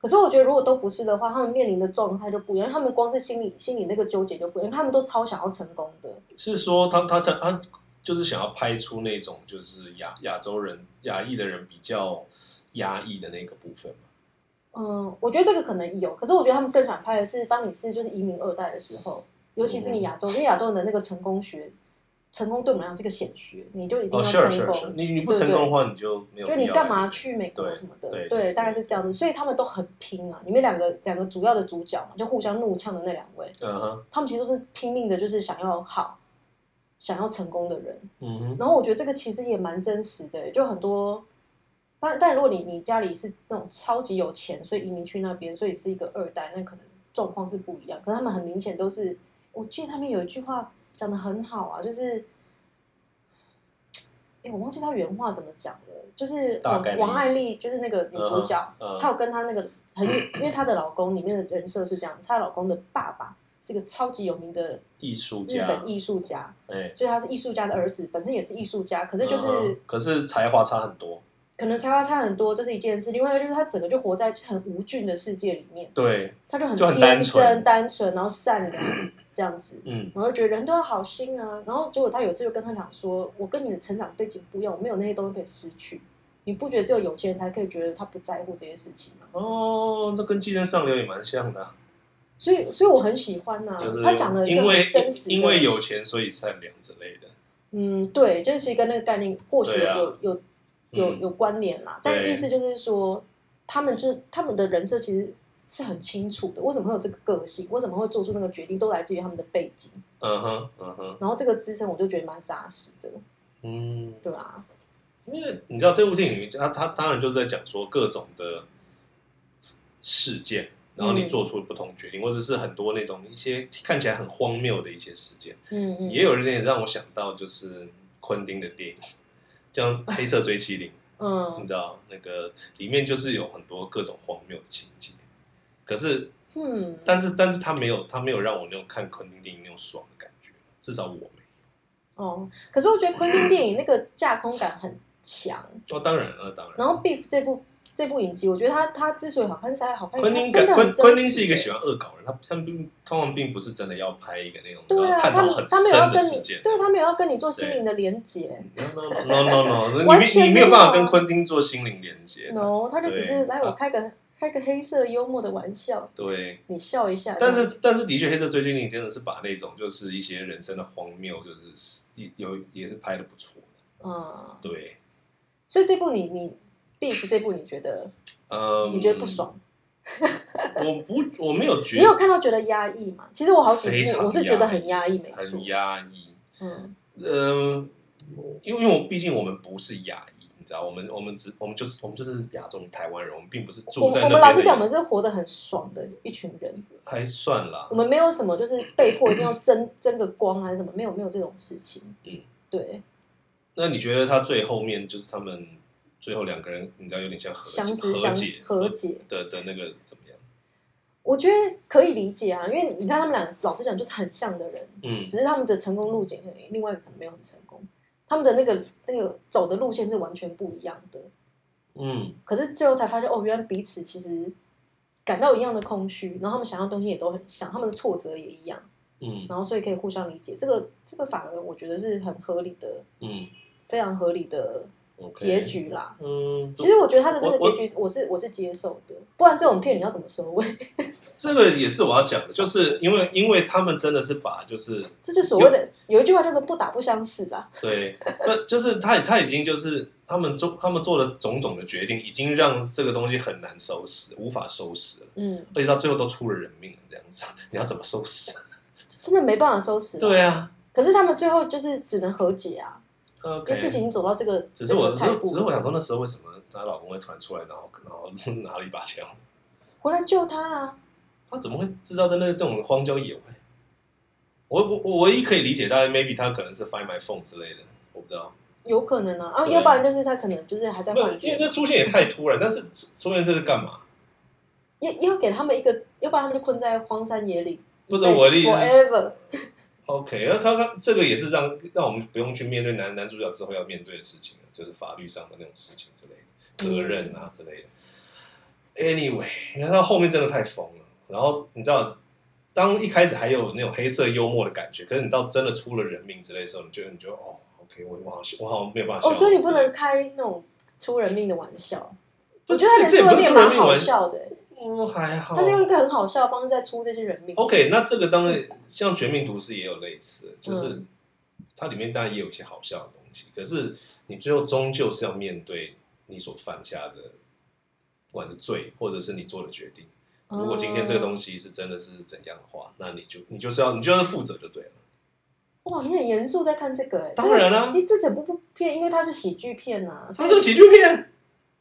Speaker 2: 可是我觉得，如果都不是的话，他们面临的状态就不一样，他们光是心里心里那个纠结就不一样，他们都超想要成功的。
Speaker 1: 是说他他他他就是想要拍出那种就是亚亚洲人亚裔的人比较压抑的那个部分嘛？
Speaker 2: 嗯，我觉得这个可能有，可是我觉得他们更想拍的是，当你是就是移民二代的时候，尤其
Speaker 1: 嗯
Speaker 2: 是你亚洲，因为亚洲人的那个成功学，成功对我们来讲是个显学，你就一定
Speaker 1: 哦
Speaker 2: 要
Speaker 1: ，sure
Speaker 2: 成
Speaker 1: sure
Speaker 2: 功。
Speaker 1: sure，你你不成功的话，你就没有必
Speaker 2: 就
Speaker 1: 要。
Speaker 2: 你干嘛？去美国
Speaker 1: 对
Speaker 2: 什么的，
Speaker 1: 对对
Speaker 2: 大概是这样子，所以他们都很拼啊。里面两个两个主要的主角嘛，就互相怒呛的那两位，
Speaker 1: 嗯哼，
Speaker 2: 他们其实都是拼命的，就是想要好，想要成功的人。
Speaker 1: 嗯哼，
Speaker 2: 然后我觉得这个其实也蛮真实的，欸就很多。当然，但如果你你家里是那种超级有钱，所以移民去那边，所以是一个二代，那可能状况是不一样。可是他们很明显都是，我记得他们有一句话讲的很好啊，就是，哎，我忘记他原话怎么讲了，就是
Speaker 1: 大
Speaker 2: 王
Speaker 1: 概的意思
Speaker 2: 王爱丽，就是那个女主角，
Speaker 1: 嗯嗯
Speaker 2: 她有跟她那个很，因为她的老公里面的人设是这样，她老公的爸爸是个超级有名的
Speaker 1: 艺术
Speaker 2: 日
Speaker 1: 家
Speaker 2: 本，艺术家，
Speaker 1: 哎，
Speaker 2: 所以他是艺术家的儿子，本身也是艺术家，可是就是、
Speaker 1: 嗯哼可是才华差很多，
Speaker 2: 可能才华差很多，这是一件事；，另外一个就是他整个就活在很无菌的世界里面，
Speaker 1: 对，
Speaker 2: 他就很
Speaker 1: 就很
Speaker 2: 天
Speaker 1: 单
Speaker 2: 真、
Speaker 1: 纯
Speaker 2: 单纯，然后善良这样子。
Speaker 1: 嗯
Speaker 2: 然后就觉得人都要好心啊，然后结果他有一次就跟他讲说：“我跟你的成长背景不一样，我没有那些东西可以失去。你不觉得只有有钱人才可以觉得他不在乎这些事情吗
Speaker 1: 哦，那跟《寄生上流》也蛮像的啊，？”
Speaker 2: 所以，所以我很喜欢呐、
Speaker 1: 就是
Speaker 2: 他嗯讲的一个
Speaker 1: 因为
Speaker 2: 很真实的
Speaker 1: 因为有钱所以善良之类的，
Speaker 2: 嗯，对，这其实跟那个概念或许有、
Speaker 1: 对啊
Speaker 2: 有有有
Speaker 1: 嗯
Speaker 2: 有关联啦，但意思就是说，他们就是他们的人设其实是很清楚的，为什么会有这个个性，为什么会做出那个决定，都来自于他们的背景。
Speaker 1: 嗯哼，嗯哼，
Speaker 2: 然后这个支撑，我就觉得蛮扎实的，
Speaker 1: 嗯。
Speaker 2: 对啊，
Speaker 1: 因为你知道这部电影，它它当然就是在讲说各种的事件，然后你
Speaker 2: 嗯
Speaker 1: 做出不同决定，或者是很多那种一些看起来很荒谬的一些事件，
Speaker 2: 嗯嗯，
Speaker 1: 也有一点让我想到就是昆汀的电影，像《黑色追妻令》，你
Speaker 2: 嗯
Speaker 1: 知道那个里面就是有很多各种荒谬的情节，可是
Speaker 2: 嗯，
Speaker 1: 但是但是他没有他没有让我那种看昆汀电影那种爽的感觉，至少我没有。
Speaker 2: 哦，可是我觉得昆汀电影那个架空感很强，
Speaker 1: 哦，当然了，当然。
Speaker 2: 然后 Beef 这部这部影集，我觉得它它之所以好看，是它好看，
Speaker 1: 昆汀
Speaker 2: 哎它真的很
Speaker 1: 昆
Speaker 2: 真实
Speaker 1: 昆汀是一个喜
Speaker 2: 欸
Speaker 1: 欢恶搞人，他他并通常并不是真的要拍一个那种
Speaker 2: 对啊，
Speaker 1: 探
Speaker 2: 他
Speaker 1: 讨
Speaker 2: 们
Speaker 1: 很
Speaker 2: 他们有
Speaker 1: 深
Speaker 2: 要
Speaker 1: 的
Speaker 2: 跟
Speaker 1: 事
Speaker 2: 你
Speaker 1: 件。，
Speaker 2: 对他们有要跟你做心灵的连接。
Speaker 1: No no no no no，你
Speaker 2: 完全
Speaker 1: 没你
Speaker 2: 没
Speaker 1: 没有办
Speaker 2: 有啊
Speaker 1: 法跟昆汀做心灵连接。
Speaker 2: no，他就哦只
Speaker 1: 对
Speaker 2: 是
Speaker 1: 啊
Speaker 2: 来我开个开个黑色幽默的玩笑，
Speaker 1: 对，
Speaker 2: 你笑一下。
Speaker 1: 但是但是的确，《黑色追击令》真的是把那种就是一些人生的荒谬，就是有也是拍的不错的。
Speaker 2: 嗯，
Speaker 1: 对，
Speaker 2: 所以这部你你 beef 这部你觉得
Speaker 1: 嗯，
Speaker 2: 你觉得不？爽？
Speaker 1: 我不，我没有觉
Speaker 2: 你有
Speaker 1: 得
Speaker 2: 看到觉得压抑吗？其实我好几
Speaker 1: 非常
Speaker 2: 部我是觉得很压抑，没错
Speaker 1: 很。压抑。
Speaker 2: 嗯
Speaker 1: 呃，因为因为我毕竟我们不是亚裔，你知道，我们我们只我们就是我们就是亚洲人台湾人，我们并不是
Speaker 2: 我
Speaker 1: 住在那边的
Speaker 2: 我们
Speaker 1: 人。嗯
Speaker 2: 老实讲，我们是活得很爽的一群人，
Speaker 1: 还算啦
Speaker 2: 我，们没有什么就是被迫一定要争争个光啊还是什么，没有没有这种事情。
Speaker 1: 嗯，
Speaker 2: 对，
Speaker 1: 那你觉得他最后面就是他们最后两个人，你知道有点像和
Speaker 2: 相
Speaker 1: 解
Speaker 2: 知
Speaker 1: 和
Speaker 2: 相
Speaker 1: 解嗯
Speaker 2: 和解，
Speaker 1: 的的那个怎么样？
Speaker 2: 我觉得可以理解啊，因为你看他们两个老实讲就是很像的人，
Speaker 1: 嗯
Speaker 2: 只是他们的成功路径，另外一个可能没有很成功，他们的那个那个走的路线是完全不一样的。
Speaker 1: 嗯，
Speaker 2: 可是最后才发现，哦，原来彼此其实感到一样的空虚，然后他们想要的东西也都很像，他们的挫折也一样，
Speaker 1: 嗯
Speaker 2: 然后所以可以互相理解。这个这个反而我觉得是很合理的，
Speaker 1: 嗯
Speaker 2: 非常合理的
Speaker 1: ，OK，
Speaker 2: 结，局啦。
Speaker 1: 嗯，
Speaker 2: 其实我觉得他的那个
Speaker 1: 我我
Speaker 2: 结局是我是我是接受的，不然这种片你要怎么收尾？
Speaker 1: 这个也是我要讲的，就是因为因为他们真的是把就是
Speaker 2: 这就所谓的有一句话叫做不打不相识啦。
Speaker 1: 对，那就是他他已经就是他们做他们做的种种的决定，已经让这个东西很难收拾，无法收拾了，
Speaker 2: 嗯，
Speaker 1: 而且到最后都出了人命了，这样子， 你要怎么收拾？
Speaker 2: 真的没办法收拾啦。
Speaker 1: 对啊，
Speaker 2: 可是他们最后就是只能和解啊，
Speaker 1: 呃，
Speaker 2: 就事情走到这个
Speaker 1: 只是我，
Speaker 2: 这
Speaker 1: 只
Speaker 2: 个
Speaker 1: 是
Speaker 2: 地步
Speaker 1: 只是我想说，那时候为什么她老公会突然出来，然后然后 拿了一把枪？
Speaker 2: 回来救他啊，
Speaker 1: 她怎么会制造在那这种荒郊野外？我我我唯一可以理解到，maybe 她可能是 find my phone 之类的，我不知道。
Speaker 2: 有可能啊，啊，
Speaker 1: 对
Speaker 2: 要不然就是他可能就是还在
Speaker 1: 没有，
Speaker 2: 幻
Speaker 1: 因为
Speaker 2: 觉，
Speaker 1: 那出现也太突然。但是出现这个干嘛？
Speaker 2: 要要给他们一个，要不然他们就困在荒山野岭，
Speaker 1: 不是我的意思是
Speaker 2: forever，
Speaker 1: OK，那他他这个也是让让我们不用去面对男男主角之后要面对的事情，就是法律上的那种事情之类的，责
Speaker 2: 嗯
Speaker 1: 任啊之类的。Anyway，你看到后面真的太疯了。然后你知道，当一开始还有那种黑色幽默的感觉，可是你到真的出了人命之类的时候，你就你就哦，OK，我我好像我好像没有办法笑。
Speaker 2: 哦，所以你不能开那种出人命的玩笑，
Speaker 1: 不
Speaker 2: 我
Speaker 1: 是，
Speaker 2: 觉得他
Speaker 1: 这这也
Speaker 2: 连
Speaker 1: 不是出
Speaker 2: 人命蛮
Speaker 1: 人命
Speaker 2: 好
Speaker 1: 玩，
Speaker 2: 笑的欸，
Speaker 1: 嗯，还好。
Speaker 2: 他是用一个很好笑的方式在出这些人命，
Speaker 1: OK，那这个当
Speaker 2: 嗯
Speaker 1: 然像《绝命毒师》也有类似，就是它里面当然也有一些好笑的东西，可是你最后终究是要面对你所犯下的，不管是罪或者是你做的决定。
Speaker 2: 啊
Speaker 1: 如果今天这个东西是真的是怎样的话，那你就你就是要你就是负责就对了。
Speaker 2: 哇，你很严肃在看这个、欸，
Speaker 1: 当然啦
Speaker 2: 这这整部片，因为它是喜剧片啊，
Speaker 1: 它是个喜剧片，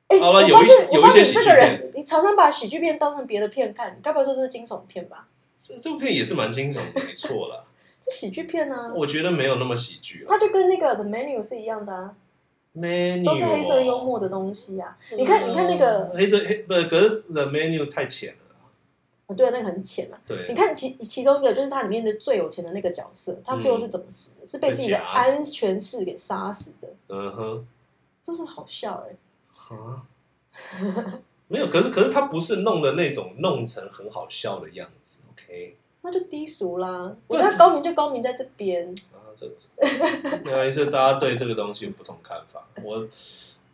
Speaker 2: 哎，
Speaker 1: 好了
Speaker 2: 我
Speaker 1: 有
Speaker 2: 发
Speaker 1: 一
Speaker 2: 现
Speaker 1: 些有一
Speaker 2: 我发现
Speaker 1: 些
Speaker 2: 你这
Speaker 1: 喜
Speaker 2: 个
Speaker 1: 剧
Speaker 2: 人，你常常把喜剧片当成别的片看，你该不会说这是惊悚片吧？
Speaker 1: 这这部片也是蛮惊悚的，没错 啦。
Speaker 2: 这喜剧片啊，
Speaker 1: 我觉得没有那么喜剧了。
Speaker 2: 它就跟那个 The Menu 是一样的啊，
Speaker 1: menu
Speaker 2: 都是黑色幽默
Speaker 1: 的。
Speaker 2: 的东西啊。
Speaker 1: 哦
Speaker 2: 你看，你看那个，
Speaker 1: 黑色黑不是，可是 the menu 太浅了啦。
Speaker 2: 哦对啊，那个很浅啊。
Speaker 1: 对
Speaker 2: 你，看其其中一个就是它里面的最有钱的那个角色，他最后是怎么
Speaker 1: 嗯
Speaker 2: 死的？是被自己的
Speaker 1: 被夹死
Speaker 2: 安全室给杀死的，
Speaker 1: 嗯哼。
Speaker 2: 这是好笑哎、
Speaker 1: 啊， 没有，可是可是他不是弄的那种弄成很好笑的样子，OK？
Speaker 2: 那就低俗啦。我觉得它高明就高明在这边，
Speaker 1: 啊，这这，没关系，这大家对这个东西有不同看法。我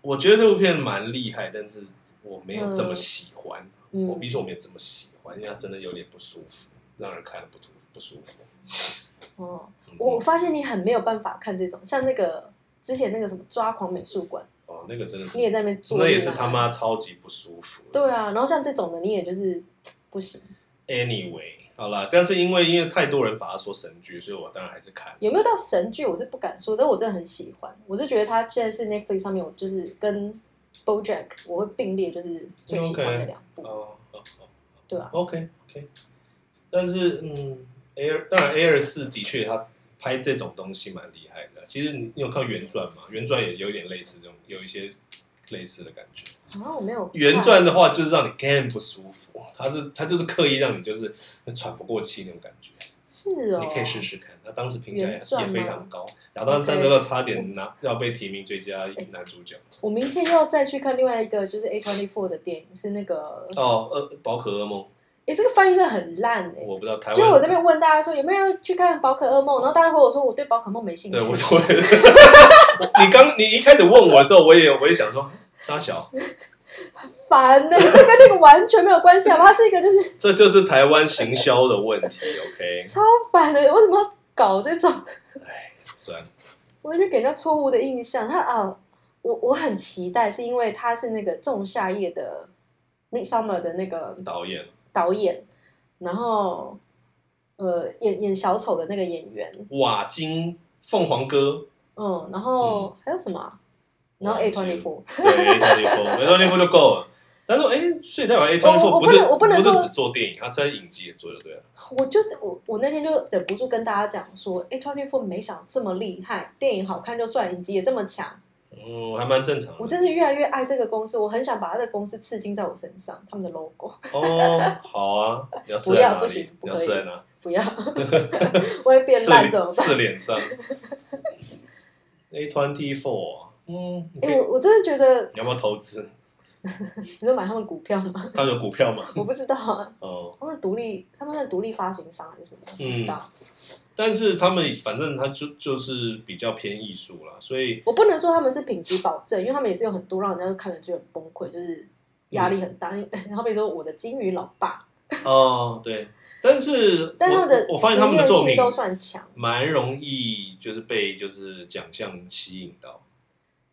Speaker 1: 我觉得这部片蛮厉害，但是我没有这么喜欢。我
Speaker 2: 嗯，
Speaker 1: 必须我没有这么喜欢，因为它真的有点不舒服，让人看了不舒不舒服。
Speaker 2: 哦。
Speaker 1: 嗯
Speaker 2: 我发现你很没有办法看这种，像那个之前那个什么抓狂美术馆，
Speaker 1: 哦，那个真的是
Speaker 2: 你，也在那边做，
Speaker 1: 那也是他。妈超级不舒服。
Speaker 2: 对啊，然后像这种的，你也就是不行。
Speaker 1: Anyway，好啦，但是因为因为太多人把它说神剧，所以我当然还是看。
Speaker 2: 有没有到神剧，我是不敢说，但我真的很喜欢。我是觉得它现在是 Netflix 上面，我就是跟 BoJack 我会并列，就是最喜欢的两部，
Speaker 1: 哦哦哦。
Speaker 2: 对啊，
Speaker 1: OK OK，但是嗯，Air 当然 Air 四的确他拍这种东西蛮厉害的。其实你你有看原传吗？原传也有一点类似这种，有一些类似的感觉。
Speaker 2: 然哦后我没有
Speaker 1: 原
Speaker 2: 看
Speaker 1: 传的话就是让你更不舒服，他是他就是刻意让你就是喘不过气那种感觉。
Speaker 2: 是哦，
Speaker 1: 你可以试试看，那当时评价也
Speaker 2: 原传
Speaker 1: 也
Speaker 2: 吗
Speaker 1: 非常高，亚当·山德勒差点拿要被提名最佳男主角。
Speaker 2: 我明天要再去看另外一个就是 A 2 4的电影，是那个，
Speaker 1: 哦，呃，宝可噩梦，
Speaker 2: 诶，这个翻译真的很烂哎、
Speaker 1: 我不知道台
Speaker 2: 就我
Speaker 1: 湾
Speaker 2: 这边问大家说有没有人去看《宝可噩梦》，然后大家回我说我对宝可梦没兴趣。
Speaker 1: 对，我我 你刚你一开始问我的时候，我也我也想说沙小，
Speaker 2: 烦呢、这跟那个完全没有关系好吧？它是一个就是
Speaker 1: 这就是台湾行销的问题。OK，
Speaker 2: 超烦的，为什么要搞这种？
Speaker 1: 算了
Speaker 2: 我就给人家错误的印象。他啊，我我很期待，是因为他是那个《仲夏夜》的《Midsummer》的那个
Speaker 1: 导演
Speaker 2: 导演，然后呃演演小丑的那个演员，
Speaker 1: 瓦金凤凰哥，
Speaker 2: 嗯，然后、还有什么啊、然后 A
Speaker 1: 忘
Speaker 2: 团
Speaker 1: 记
Speaker 2: 里
Speaker 1: 了
Speaker 2: 夫，
Speaker 1: 对 A 2 4 A 2 4就够了。但是哎，所以代表 A 2 4
Speaker 2: 我我
Speaker 1: 不是
Speaker 2: 我不能我不能
Speaker 1: 是
Speaker 2: 说
Speaker 1: 只做电影，他在影集也做就对了。
Speaker 2: 我就是我，我那天就忍不住跟大家讲说，A twenty four 没想到这么厉害，电影好看就算，影集也这么强，
Speaker 1: 嗯，还蛮正常
Speaker 2: 我
Speaker 1: 的。
Speaker 2: 真是越来越爱这个公司，我很想把它的公司刺青在我身上，他们的 logo
Speaker 1: 哦，好啊，你要刺
Speaker 2: 不
Speaker 1: 在
Speaker 2: 要
Speaker 1: 哪
Speaker 2: 不
Speaker 1: 里
Speaker 2: 行？不
Speaker 1: 你要
Speaker 2: 可以
Speaker 1: 刺在哪？
Speaker 2: 不要， 我会变
Speaker 1: 刺
Speaker 2: 烂怎么
Speaker 1: 脸
Speaker 2: 办？
Speaker 1: 刺脸上。A 2 4嗯，你
Speaker 2: 哎、
Speaker 1: 可以
Speaker 2: 我我真的觉得，
Speaker 1: 你要不要投资？
Speaker 2: 你说买他们股票吗？
Speaker 1: 他有股票吗？
Speaker 2: 我不知道啊，
Speaker 1: 哦，
Speaker 2: 他们独立，他们是独立发行商还是什么？我不
Speaker 1: 嗯
Speaker 2: 知道，
Speaker 1: 但是他们反正他就就是比较偏艺术啦，所以
Speaker 2: 我不能说他们是品质保证，因为他们也是有很多让人家看了就很崩溃，就是压
Speaker 1: 嗯
Speaker 2: 力很大。 然后比如说我的金鱼老爸，
Speaker 1: 哦对，但是
Speaker 2: 但
Speaker 1: 我
Speaker 2: 他们的
Speaker 1: 我发现他们的
Speaker 2: 实
Speaker 1: 作
Speaker 2: 验
Speaker 1: 品
Speaker 2: 性都算强，
Speaker 1: 蛮容易就是被就是奖项吸引到，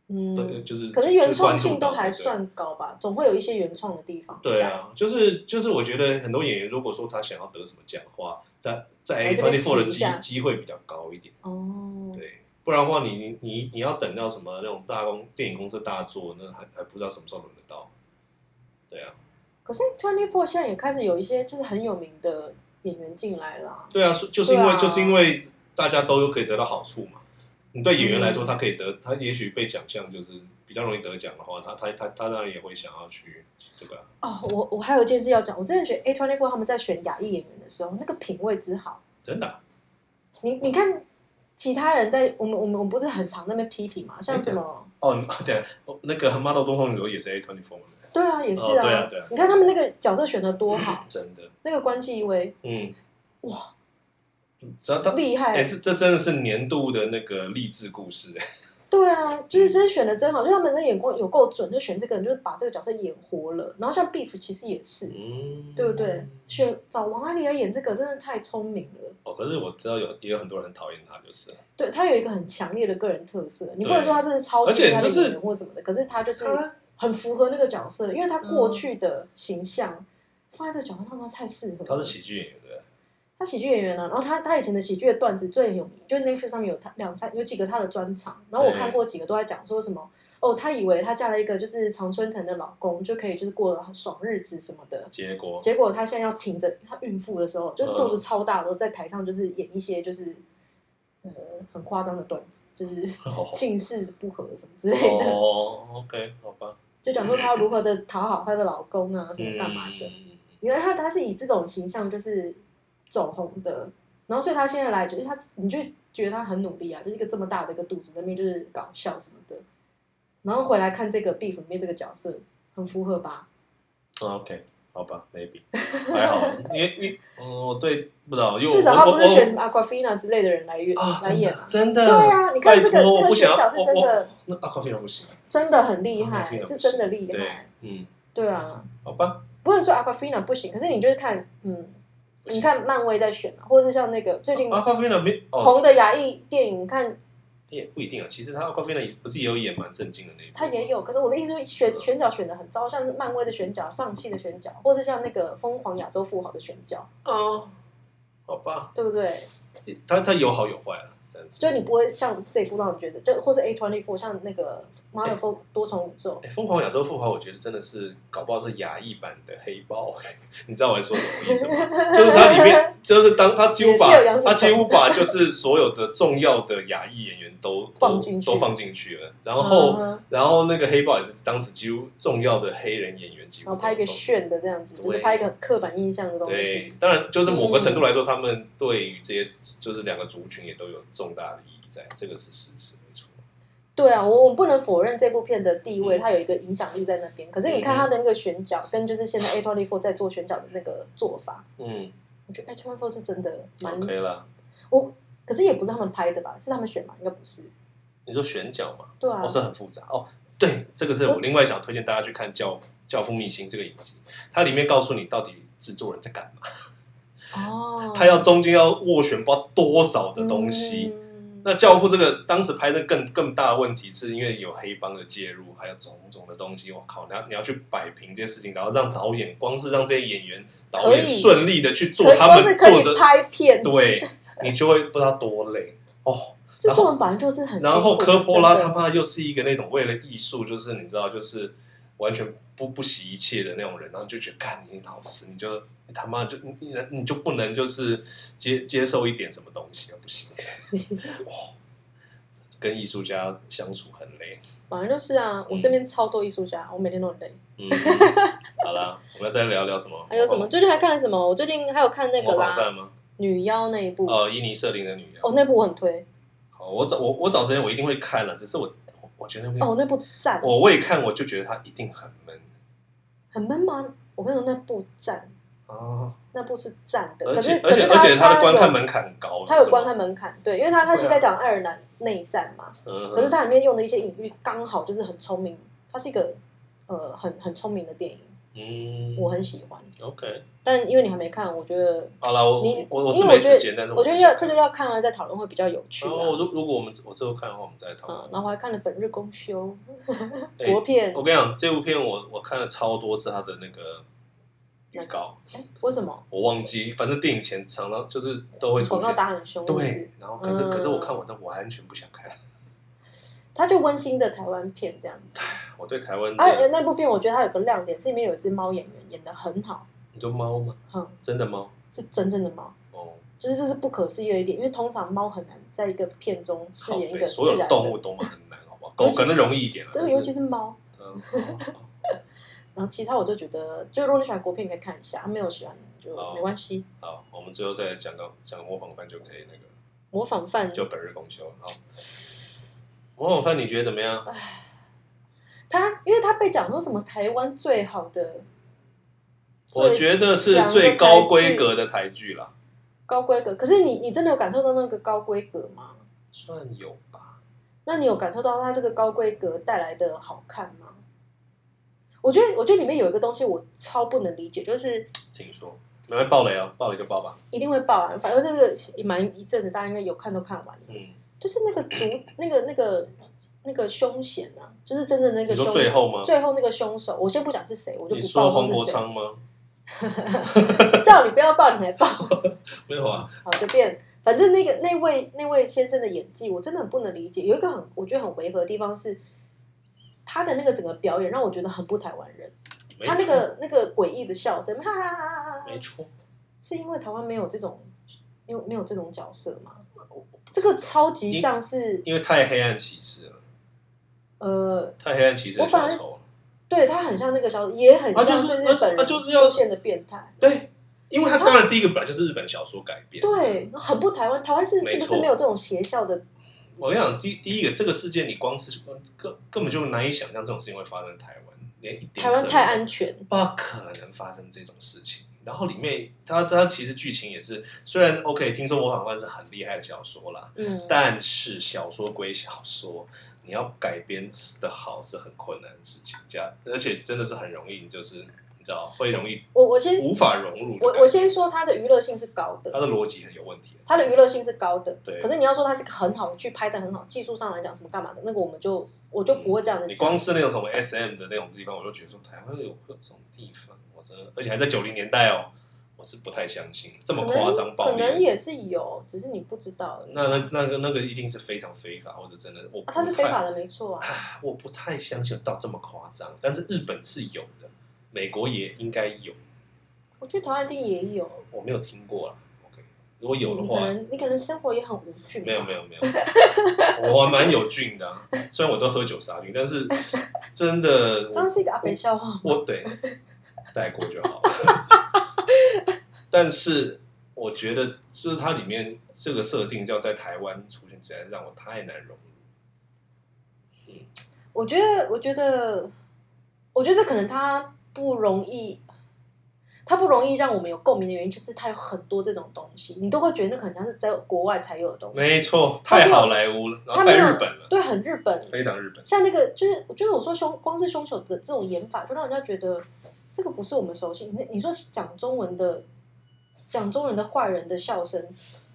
Speaker 1: 对，
Speaker 2: 嗯，
Speaker 1: 就是
Speaker 2: 可能原
Speaker 1: 就是关
Speaker 2: 创
Speaker 1: 注
Speaker 2: 性
Speaker 1: 到
Speaker 2: 都还
Speaker 1: 对
Speaker 2: 算高吧，总会有一些原创的地方。
Speaker 1: 对，啊，就是就是我觉得很多演员如果说他想要得什么奖的话，在在
Speaker 2: 来
Speaker 1: A
Speaker 2: 这
Speaker 1: 团
Speaker 2: 边
Speaker 1: 体 four 的
Speaker 2: 洗一
Speaker 1: 机
Speaker 2: 下
Speaker 1: 机会比较高一点，
Speaker 2: 哦，
Speaker 1: 对，不不然的话你，你你你要等到什么那种大公电影公司大作，那还还不知道什么时候轮得到。对啊，
Speaker 2: 可是 Twenty Four 现在也开始有一些就是很有名的演员进来啦。
Speaker 1: 对啊，是就是因为、
Speaker 2: 对啊
Speaker 1: 就是因为大家都有可以得到好处嘛。你对演员
Speaker 2: 嗯
Speaker 1: 来说，他可以得，他也许被奖项就是比较容易得奖的话，他他他他当然也会想要去这个啊。
Speaker 2: 哦，我我还有一件事要讲，我真的觉得 A Twenty Four 他们在选亚裔演员的时候，那个品味之好，
Speaker 1: 真的啊、
Speaker 2: 你你看其他人在我们我们我们不是很常那边批评嘛，像什么。
Speaker 1: 哦，你 对啊，哦那个 model 东方旅游也是 A twenty four
Speaker 2: 对啊，也是
Speaker 1: 哦对啊对啊
Speaker 2: 你看他们那个角色选的多好，
Speaker 1: 真的，
Speaker 2: 那个关继威
Speaker 1: 嗯，
Speaker 2: 哇，
Speaker 1: 只要他
Speaker 2: 厉害，
Speaker 1: 哎、这这真的是年度的那个励志故事，
Speaker 2: 对
Speaker 1: 嗯
Speaker 2: 啊，就是真的选的真好，就是他们的眼光有够准，就选这个人，就是把这个角色演活了。然后像 Beef 其实也是，
Speaker 1: 嗯，
Speaker 2: 对不对？选找王安妮来演这个真的太聪明了。
Speaker 1: 哦，可是我知道有也有很多人很讨厌他，就是
Speaker 2: 对他有一个很强烈的个人特色，你不能
Speaker 1: 对
Speaker 2: 说他真的超
Speaker 1: 而且
Speaker 2: 级他的
Speaker 1: 就是
Speaker 2: 演员或什么的，可是他就是
Speaker 1: 他嗯
Speaker 2: 很符合那个角色，因为他过去的形象放在这个角色上，他太适合了。
Speaker 1: 他是喜剧演员对不对，
Speaker 2: 他喜剧演员呢、啊然后他他以前的喜剧的段子最有名，就是 Netflix 上面有他两三有几个他的专场，然后我看过几个都在讲说什么哦，他以为他嫁了一个就是常春藤的老公就可以就是过得很爽日子什么的，
Speaker 1: 结果
Speaker 2: 结果他现在要挺着他孕妇的时候，就是肚子超大的时候，在台上就是演一些就是呃很夸张的段子，就是
Speaker 1: 哦
Speaker 2: 性事不合什么之类的，
Speaker 1: 哦，OK，好吧，
Speaker 2: 就讲说她要如何的讨好她的老公啊，什么干嘛的。
Speaker 1: 嗯
Speaker 2: 原来他他是以这种形象就是走红的，然后所以他现在来就是他，你就觉得他很努力啊，就是一个这么大的一个肚子那边就是搞笑什么的，然后回来看这个 Beef 里面这个角色很符合吧？
Speaker 1: 啊 OK，好吧，maybe 还好，因为因为嗯，我对不知道，因为我
Speaker 2: 至少他
Speaker 1: 我
Speaker 2: 不是
Speaker 1: 我
Speaker 2: 选什么 Aquafina 之类的人来演、
Speaker 1: 啊，
Speaker 2: 来
Speaker 1: 真
Speaker 2: 演
Speaker 1: 的
Speaker 2: 啊。
Speaker 1: 真的，
Speaker 2: 对啊，你看这个
Speaker 1: 拜托
Speaker 2: 这
Speaker 1: 我
Speaker 2: 个
Speaker 1: 不
Speaker 2: 选
Speaker 1: 想要
Speaker 2: 角是真
Speaker 1: 我我
Speaker 2: 的
Speaker 1: 那啊，靠，非常不行，
Speaker 2: 真的很厉害
Speaker 1: Aquafina，不行
Speaker 2: 是真的厉
Speaker 1: 对
Speaker 2: 害。，
Speaker 1: 嗯，
Speaker 2: 对啊，
Speaker 1: 好吧，
Speaker 2: 不能说 Aquafina 不行，可是你就是看，嗯，
Speaker 1: 不行
Speaker 2: 你看漫威在选啊，或者是像那个最近
Speaker 1: 啊，咖啡呢没哦，
Speaker 2: 红的亚裔电影，你看
Speaker 1: 也不一定啊。其实他《咖啡呢不是也有演蛮震惊的那一部，
Speaker 2: 他也有，可是我的意思是
Speaker 1: 嗯
Speaker 2: 选选角选的很糟，像是漫威的选角、上汽的选角，或是像那个疯狂亚洲富豪的选角，
Speaker 1: 哦，好吧，
Speaker 2: 对不对？
Speaker 1: 他他有好有坏了，但是
Speaker 2: 就你不会像这一部让你觉得，就或是 A twenty four 像那个《妈的疯多重宇宙
Speaker 1: 哎，疯狂亚洲富豪，我觉得真的是搞不好是亚裔版的黑豹， 你知道我在说什么意思吗？就是它里面，就是当他几乎把
Speaker 2: 也是有杨紫
Speaker 1: 他
Speaker 2: 琼
Speaker 1: 几乎把就是所有的重要的亚裔演员都都
Speaker 2: 放进去
Speaker 1: 都放进去了，然后、
Speaker 2: 嗯哼
Speaker 1: 然后那个黑豹也是当时几乎重要的黑人演员几》，乎
Speaker 2: 然
Speaker 1: 都
Speaker 2: 后哦拍一个炫的这样子，
Speaker 1: 哦对
Speaker 2: 就是拍一个很刻板印象的东
Speaker 1: 对
Speaker 2: 西。，
Speaker 1: 当然就是某个
Speaker 2: 嗯
Speaker 1: 程度来说，他们对于这些就是两个族群也都有重大的意义在，这个是事实，没错。
Speaker 2: 对啊，我我不能否认这部片的地位，
Speaker 1: 嗯
Speaker 2: 它有一个影响力在那边。可是你看它的那个选角，跟就是现在 A twenty four 在做选角的那个做法，
Speaker 1: 嗯
Speaker 2: 我觉得 A twenty four 是真的蛮
Speaker 1: ，OK 啦，
Speaker 2: 我，可是也不是他们拍的吧？是他们选吧？应该不是。
Speaker 1: 你说选角嘛，
Speaker 2: 对啊，
Speaker 1: 哦，这很复杂哦。对，这个是我另外想推荐大家去看《教教父秘辛》这个影集，它里面告诉你到底制作人在干嘛，
Speaker 2: 哦，
Speaker 1: 他要中间要斡旋不知道多少的东西。
Speaker 2: 嗯
Speaker 1: 那《教父》这个当时拍的更更大的问题，是因为有黑帮的介入，还有种种的东西。我靠，你要你要去摆平这些事情，然后让导演光是让这些演员导
Speaker 2: 可以
Speaker 1: 演顺利的去做
Speaker 2: 可以
Speaker 1: 他
Speaker 2: 光
Speaker 1: 们
Speaker 2: 是可
Speaker 1: 做
Speaker 2: 以
Speaker 1: 的，
Speaker 2: 拍片，
Speaker 1: 对你就会不知道多累哦。
Speaker 2: 制作人本来就是很辛苦
Speaker 1: 然后科波拉
Speaker 2: 真
Speaker 1: 他
Speaker 2: 的
Speaker 1: 妈又是一个那种为了艺术，就是你知道，就是完全不不惜一切的那种人，然后就觉得，干你老师，你就你他妈就你你你就不能就是接接受一点什么东西啊，不 行，哇，跟艺术家相处很累。
Speaker 2: 本来就是啊，我身边超多艺术家，我每天都很累。
Speaker 1: 嗯， 好啦，我们要再聊聊什么？
Speaker 2: 还有什么？？最近还看了什么？我最近还有看那个
Speaker 1: 模仿
Speaker 2: 啦，
Speaker 1: 犯吗？
Speaker 2: 女妖那一部，
Speaker 1: 哦，伊尼舍林的女妖。
Speaker 2: 哦，那部我很推，
Speaker 1: 好，我找我我找时间我一定会看了，只是我我我觉得那部
Speaker 2: 哦，那部赞，
Speaker 1: 嗯我未看我就觉得它一定很闷
Speaker 2: 很闷吗？我跟你说，那部赞，
Speaker 1: 啊。
Speaker 2: 那部是赞的，
Speaker 1: 而
Speaker 2: 可是
Speaker 1: 且
Speaker 2: 可
Speaker 1: 而且
Speaker 2: 是
Speaker 1: 而且
Speaker 2: 它
Speaker 1: 它的观看
Speaker 2: 有
Speaker 1: 门槛很高，
Speaker 2: 它有观看门槛，对，因为它它
Speaker 1: 对啊
Speaker 2: 是在讲爱尔兰内战嘛，
Speaker 1: 嗯，
Speaker 2: 可是它里面用的一些隐喻刚好就是很聪明，它是一个呃很很聪明的电影，
Speaker 1: 嗯，
Speaker 2: 我很喜欢。
Speaker 1: OK，
Speaker 2: 但因为你还没看，我觉得
Speaker 1: 好了，我
Speaker 2: 你
Speaker 1: 我我
Speaker 2: 因
Speaker 1: 是
Speaker 2: 为我
Speaker 1: 没
Speaker 2: 觉得
Speaker 1: 时间，但是
Speaker 2: 我觉
Speaker 1: 之
Speaker 2: 得
Speaker 1: 前
Speaker 2: 要这个要看完再讨论会比较有趣、
Speaker 1: 看。
Speaker 2: 啊。
Speaker 1: 然哦后我如如果我们我之后看的话，我们再讨
Speaker 2: 嗯
Speaker 1: 论。，
Speaker 2: 然后我还看了《本日公休》
Speaker 1: 哎哦
Speaker 2: 国片，
Speaker 1: 我跟你讲，这部片我我看了超多次，它的那个预告，
Speaker 2: 哎，为什么
Speaker 1: 我忘记，反正电影前常常就是都会出
Speaker 2: 广告
Speaker 1: 现。
Speaker 2: 打很凶？是不是
Speaker 1: 对，然后可是、
Speaker 2: 嗯
Speaker 1: 可是我看完之后，我完全不想看。
Speaker 2: 它就温馨的台湾片这样子。
Speaker 1: 我对台湾的、
Speaker 2: 而且那部片我觉得它有个亮点，是里面有一只猫演员演的很好，
Speaker 1: 你说猫吗？
Speaker 2: 哼、
Speaker 1: 真的猫？
Speaker 2: 是真正的猫，
Speaker 1: 哦，
Speaker 2: 就是这是不可思议的一点，因为通常猫很难在一个片中饰
Speaker 1: 靠
Speaker 2: 演一
Speaker 1: 北
Speaker 2: 个自
Speaker 1: 所有
Speaker 2: 然
Speaker 1: 动物
Speaker 2: 的，
Speaker 1: 都很难，好不好？
Speaker 2: 尤
Speaker 1: 狗
Speaker 2: 其
Speaker 1: 可能容易一点了。
Speaker 2: 这个
Speaker 1: 但
Speaker 2: 尤其是猫。
Speaker 1: 嗯，好好好
Speaker 2: 然后其他我就觉得，就如果你喜欢国片，你可以看一下；啊没有喜欢就
Speaker 1: 哦
Speaker 2: 没关系。
Speaker 1: 好，我们最后再讲个讲模仿犯就可以那个，
Speaker 2: 模仿犯，
Speaker 1: 就本日公休。好，模仿犯你觉得怎么
Speaker 2: 哎
Speaker 1: 样？
Speaker 2: 他因为他被讲说什么台湾最好的，
Speaker 1: 我
Speaker 2: 得
Speaker 1: 觉得是最高规格的台剧啦，
Speaker 2: 高规格。可是你你真的有感受到那个高规格吗？
Speaker 1: 算有吧。
Speaker 2: 那你有感受到它这个高规格带来的好看吗？我觉得，我觉得里面有一个东西我超不能理解，就是
Speaker 1: 请说，没会爆雷哦，爆雷就爆吧。
Speaker 2: 一定会爆啊，反正这个也蛮一阵子，大家应该有看都看完了。
Speaker 1: 嗯，
Speaker 2: 就是那个足， 那个那个那个凶险啊，就是真的那
Speaker 1: 你
Speaker 2: 个凶
Speaker 1: 说
Speaker 2: 手，
Speaker 1: 最后吗？
Speaker 2: 最后那个凶手，我先不讲是谁，我就
Speaker 1: 你
Speaker 2: 不
Speaker 1: 说
Speaker 2: 爆
Speaker 1: 黄
Speaker 2: 是
Speaker 1: 国
Speaker 2: 谁，
Speaker 1: 昌吗？
Speaker 2: 叫你不要爆，你还爆，
Speaker 1: 没有啊，
Speaker 2: 好随便。反正那个那位那位先生的演技，我真的很不能理解。有一个很我觉得很违和的地方是，他的那个整个表演让我觉得很不台湾人。
Speaker 1: 没
Speaker 2: 他那
Speaker 1: 错，
Speaker 2: 个那个诡异的笑声，哈哈哈哈哈
Speaker 1: 没
Speaker 2: 哈，
Speaker 1: 错，
Speaker 2: 是因为台湾没有这种，没有没有这种角色吗？这个超级像是
Speaker 1: 因为太黑暗骑士了，
Speaker 2: 呃，
Speaker 1: 太黑暗骑士的
Speaker 2: 我反
Speaker 1: 小
Speaker 2: 而
Speaker 1: 丑了。
Speaker 2: 对他很像那个小，也很
Speaker 1: 啊就
Speaker 2: 像
Speaker 1: 是
Speaker 2: 日本
Speaker 1: 啊
Speaker 2: 人
Speaker 1: 啊就是要
Speaker 2: 出现的变态。
Speaker 1: 对，因为他当然第一个本来就是日本小说改编。，
Speaker 2: 啊对，很不台湾，台湾是
Speaker 1: 没
Speaker 2: 是不
Speaker 1: 错
Speaker 2: 是没有这种邪笑的？
Speaker 1: 我跟你讲，第第一个，这个世界你光是根根本就难以想象这种事情会发生在台湾，连一点
Speaker 2: 台湾
Speaker 1: 可能
Speaker 2: 太
Speaker 1: 都
Speaker 2: 安全，
Speaker 1: 不可能发生这种事情。然后里面，它它其实剧情也是，虽然 OK，听说《模仿犯》是很厉害的小说啦，
Speaker 2: 嗯，
Speaker 1: 但是小说归小说，你要改编的好是很困难的事情，加而且真的是很容易，就是你知道会容易
Speaker 2: 我我先
Speaker 1: 无法融入的感觉。
Speaker 2: 我我先说它的娱乐性是高的，
Speaker 1: 他的逻辑很有问题，
Speaker 2: 它的娱乐性是高的
Speaker 1: 对。
Speaker 2: 可是你要说它是个很好的剧拍的很好，技术上来讲什么干嘛的，那个我们就我就不会这样子
Speaker 1: 嗯你
Speaker 2: 讲。
Speaker 1: 光是那种什么 SM 的那种地方，我就觉得说台湾有这种地方，我真的，而且还在九零年代哦，我是不太相信这么
Speaker 2: 可
Speaker 1: 夸
Speaker 2: 能
Speaker 1: 张暴
Speaker 2: 可能
Speaker 1: 力。
Speaker 2: 也是有，只是你不知道而已。
Speaker 1: 那那那个那个一定是非常非法，或者真的我不太、
Speaker 2: 啊，它是非法的，没错啊。
Speaker 1: 唉我不太相信到这么夸张，但是日本是有的，美国也应该有，
Speaker 2: 我觉得台湾一定也有，
Speaker 1: 我没有听过啦。OK，如果有的
Speaker 2: 你可
Speaker 1: 话，
Speaker 2: 能你可能生活也很无趣。
Speaker 1: 没有没有没有，我还蛮有菌的、啊，虽然我都喝酒杀菌，但是真的我
Speaker 2: 刚刚是一个阿北笑 话，
Speaker 1: 我对带过就 好。但是我觉得，就是它里面这个设定要在台湾出现，实在是让我太难融入。
Speaker 2: 我觉得我觉得我觉得这可能它不容易。它不容易让我们有共鸣的原因，就是它有很多这种东西，你都会觉得那可能像是在国外才有的东西。
Speaker 1: 没错，
Speaker 2: 它没
Speaker 1: 太
Speaker 2: 有
Speaker 1: 好莱坞了，然后
Speaker 2: 它没
Speaker 1: 太
Speaker 2: 有
Speaker 1: 日本了，
Speaker 2: 对，很日本。
Speaker 1: 非常日本。
Speaker 2: 像那个，就是我觉得我说凶，光是凶手的这种演法，就让人家觉得这个不是我们熟悉。你你说讲中文的，讲中文的坏人的笑声，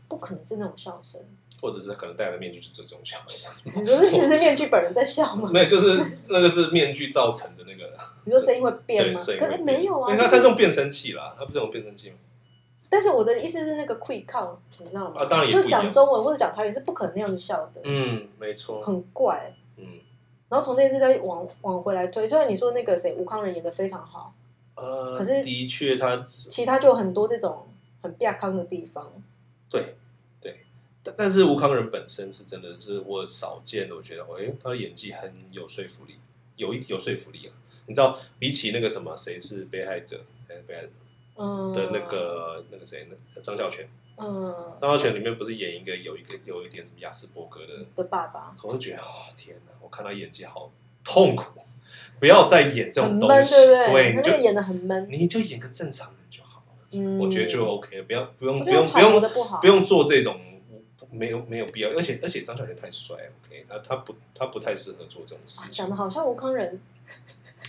Speaker 2: 不可能是那种笑声。
Speaker 1: 或者是可能戴了面具是这种笑声，
Speaker 2: 你说是其实面具本人在笑 吗？
Speaker 1: 没有，就是那个是面具造成的那个，
Speaker 2: 你说声音会变
Speaker 1: 对，
Speaker 2: 吗？
Speaker 1: 声音
Speaker 2: 可
Speaker 1: 会
Speaker 2: 是
Speaker 1: 变
Speaker 2: 没有啊。
Speaker 1: 因为它它
Speaker 2: 就是
Speaker 1: 是用变声器啦，它不是用变声器吗？
Speaker 2: 但是我的意思是那个 quick call，你知道吗？
Speaker 1: 啊当然也不
Speaker 2: 就
Speaker 1: 一样
Speaker 2: 是讲中文或者讲台语是不可能那样子笑的，
Speaker 1: 嗯，没错，
Speaker 2: 很怪。
Speaker 1: 嗯，
Speaker 2: 然后从那次再往往回来推，虽然你说那个谁吴康仁演的非常好，
Speaker 1: 呃，
Speaker 2: 可是
Speaker 1: 的确它
Speaker 2: 其他就有很多这种很不康的地方。
Speaker 1: 对，对，但但是吴康仁本身是真的是我少见的，我觉得，哎、他的演技很有说服力，有一有说服力啊。你知道，比起那个什么谁是被害者，哎被害者
Speaker 2: 嗯
Speaker 1: 的那个、那个谁，那张孝全，
Speaker 2: 嗯
Speaker 1: 张孝全里面不是演一个有一个有一点什么亚斯伯格的，
Speaker 2: 的爸爸，
Speaker 1: 我就觉得，哦天哪，我看他演技好痛苦，不要再演这
Speaker 2: 很
Speaker 1: 种
Speaker 2: 闷，
Speaker 1: 东西，
Speaker 2: 对不对？
Speaker 1: 你
Speaker 2: 他那个
Speaker 1: 就
Speaker 2: 演的很闷，
Speaker 1: 你就演个正常人就好了，
Speaker 2: 嗯，
Speaker 1: 我觉得就 OK 了，不要不用
Speaker 2: 我
Speaker 1: 不
Speaker 2: 觉得
Speaker 1: 用不
Speaker 2: 他揣摩
Speaker 1: 用
Speaker 2: 的不好，
Speaker 1: 不用做这种没有没有必要，而且而且张小娴太帅了，OK，他他不他不太适合做这种
Speaker 2: 啊
Speaker 1: 事情。
Speaker 2: 讲的好像吴康仁，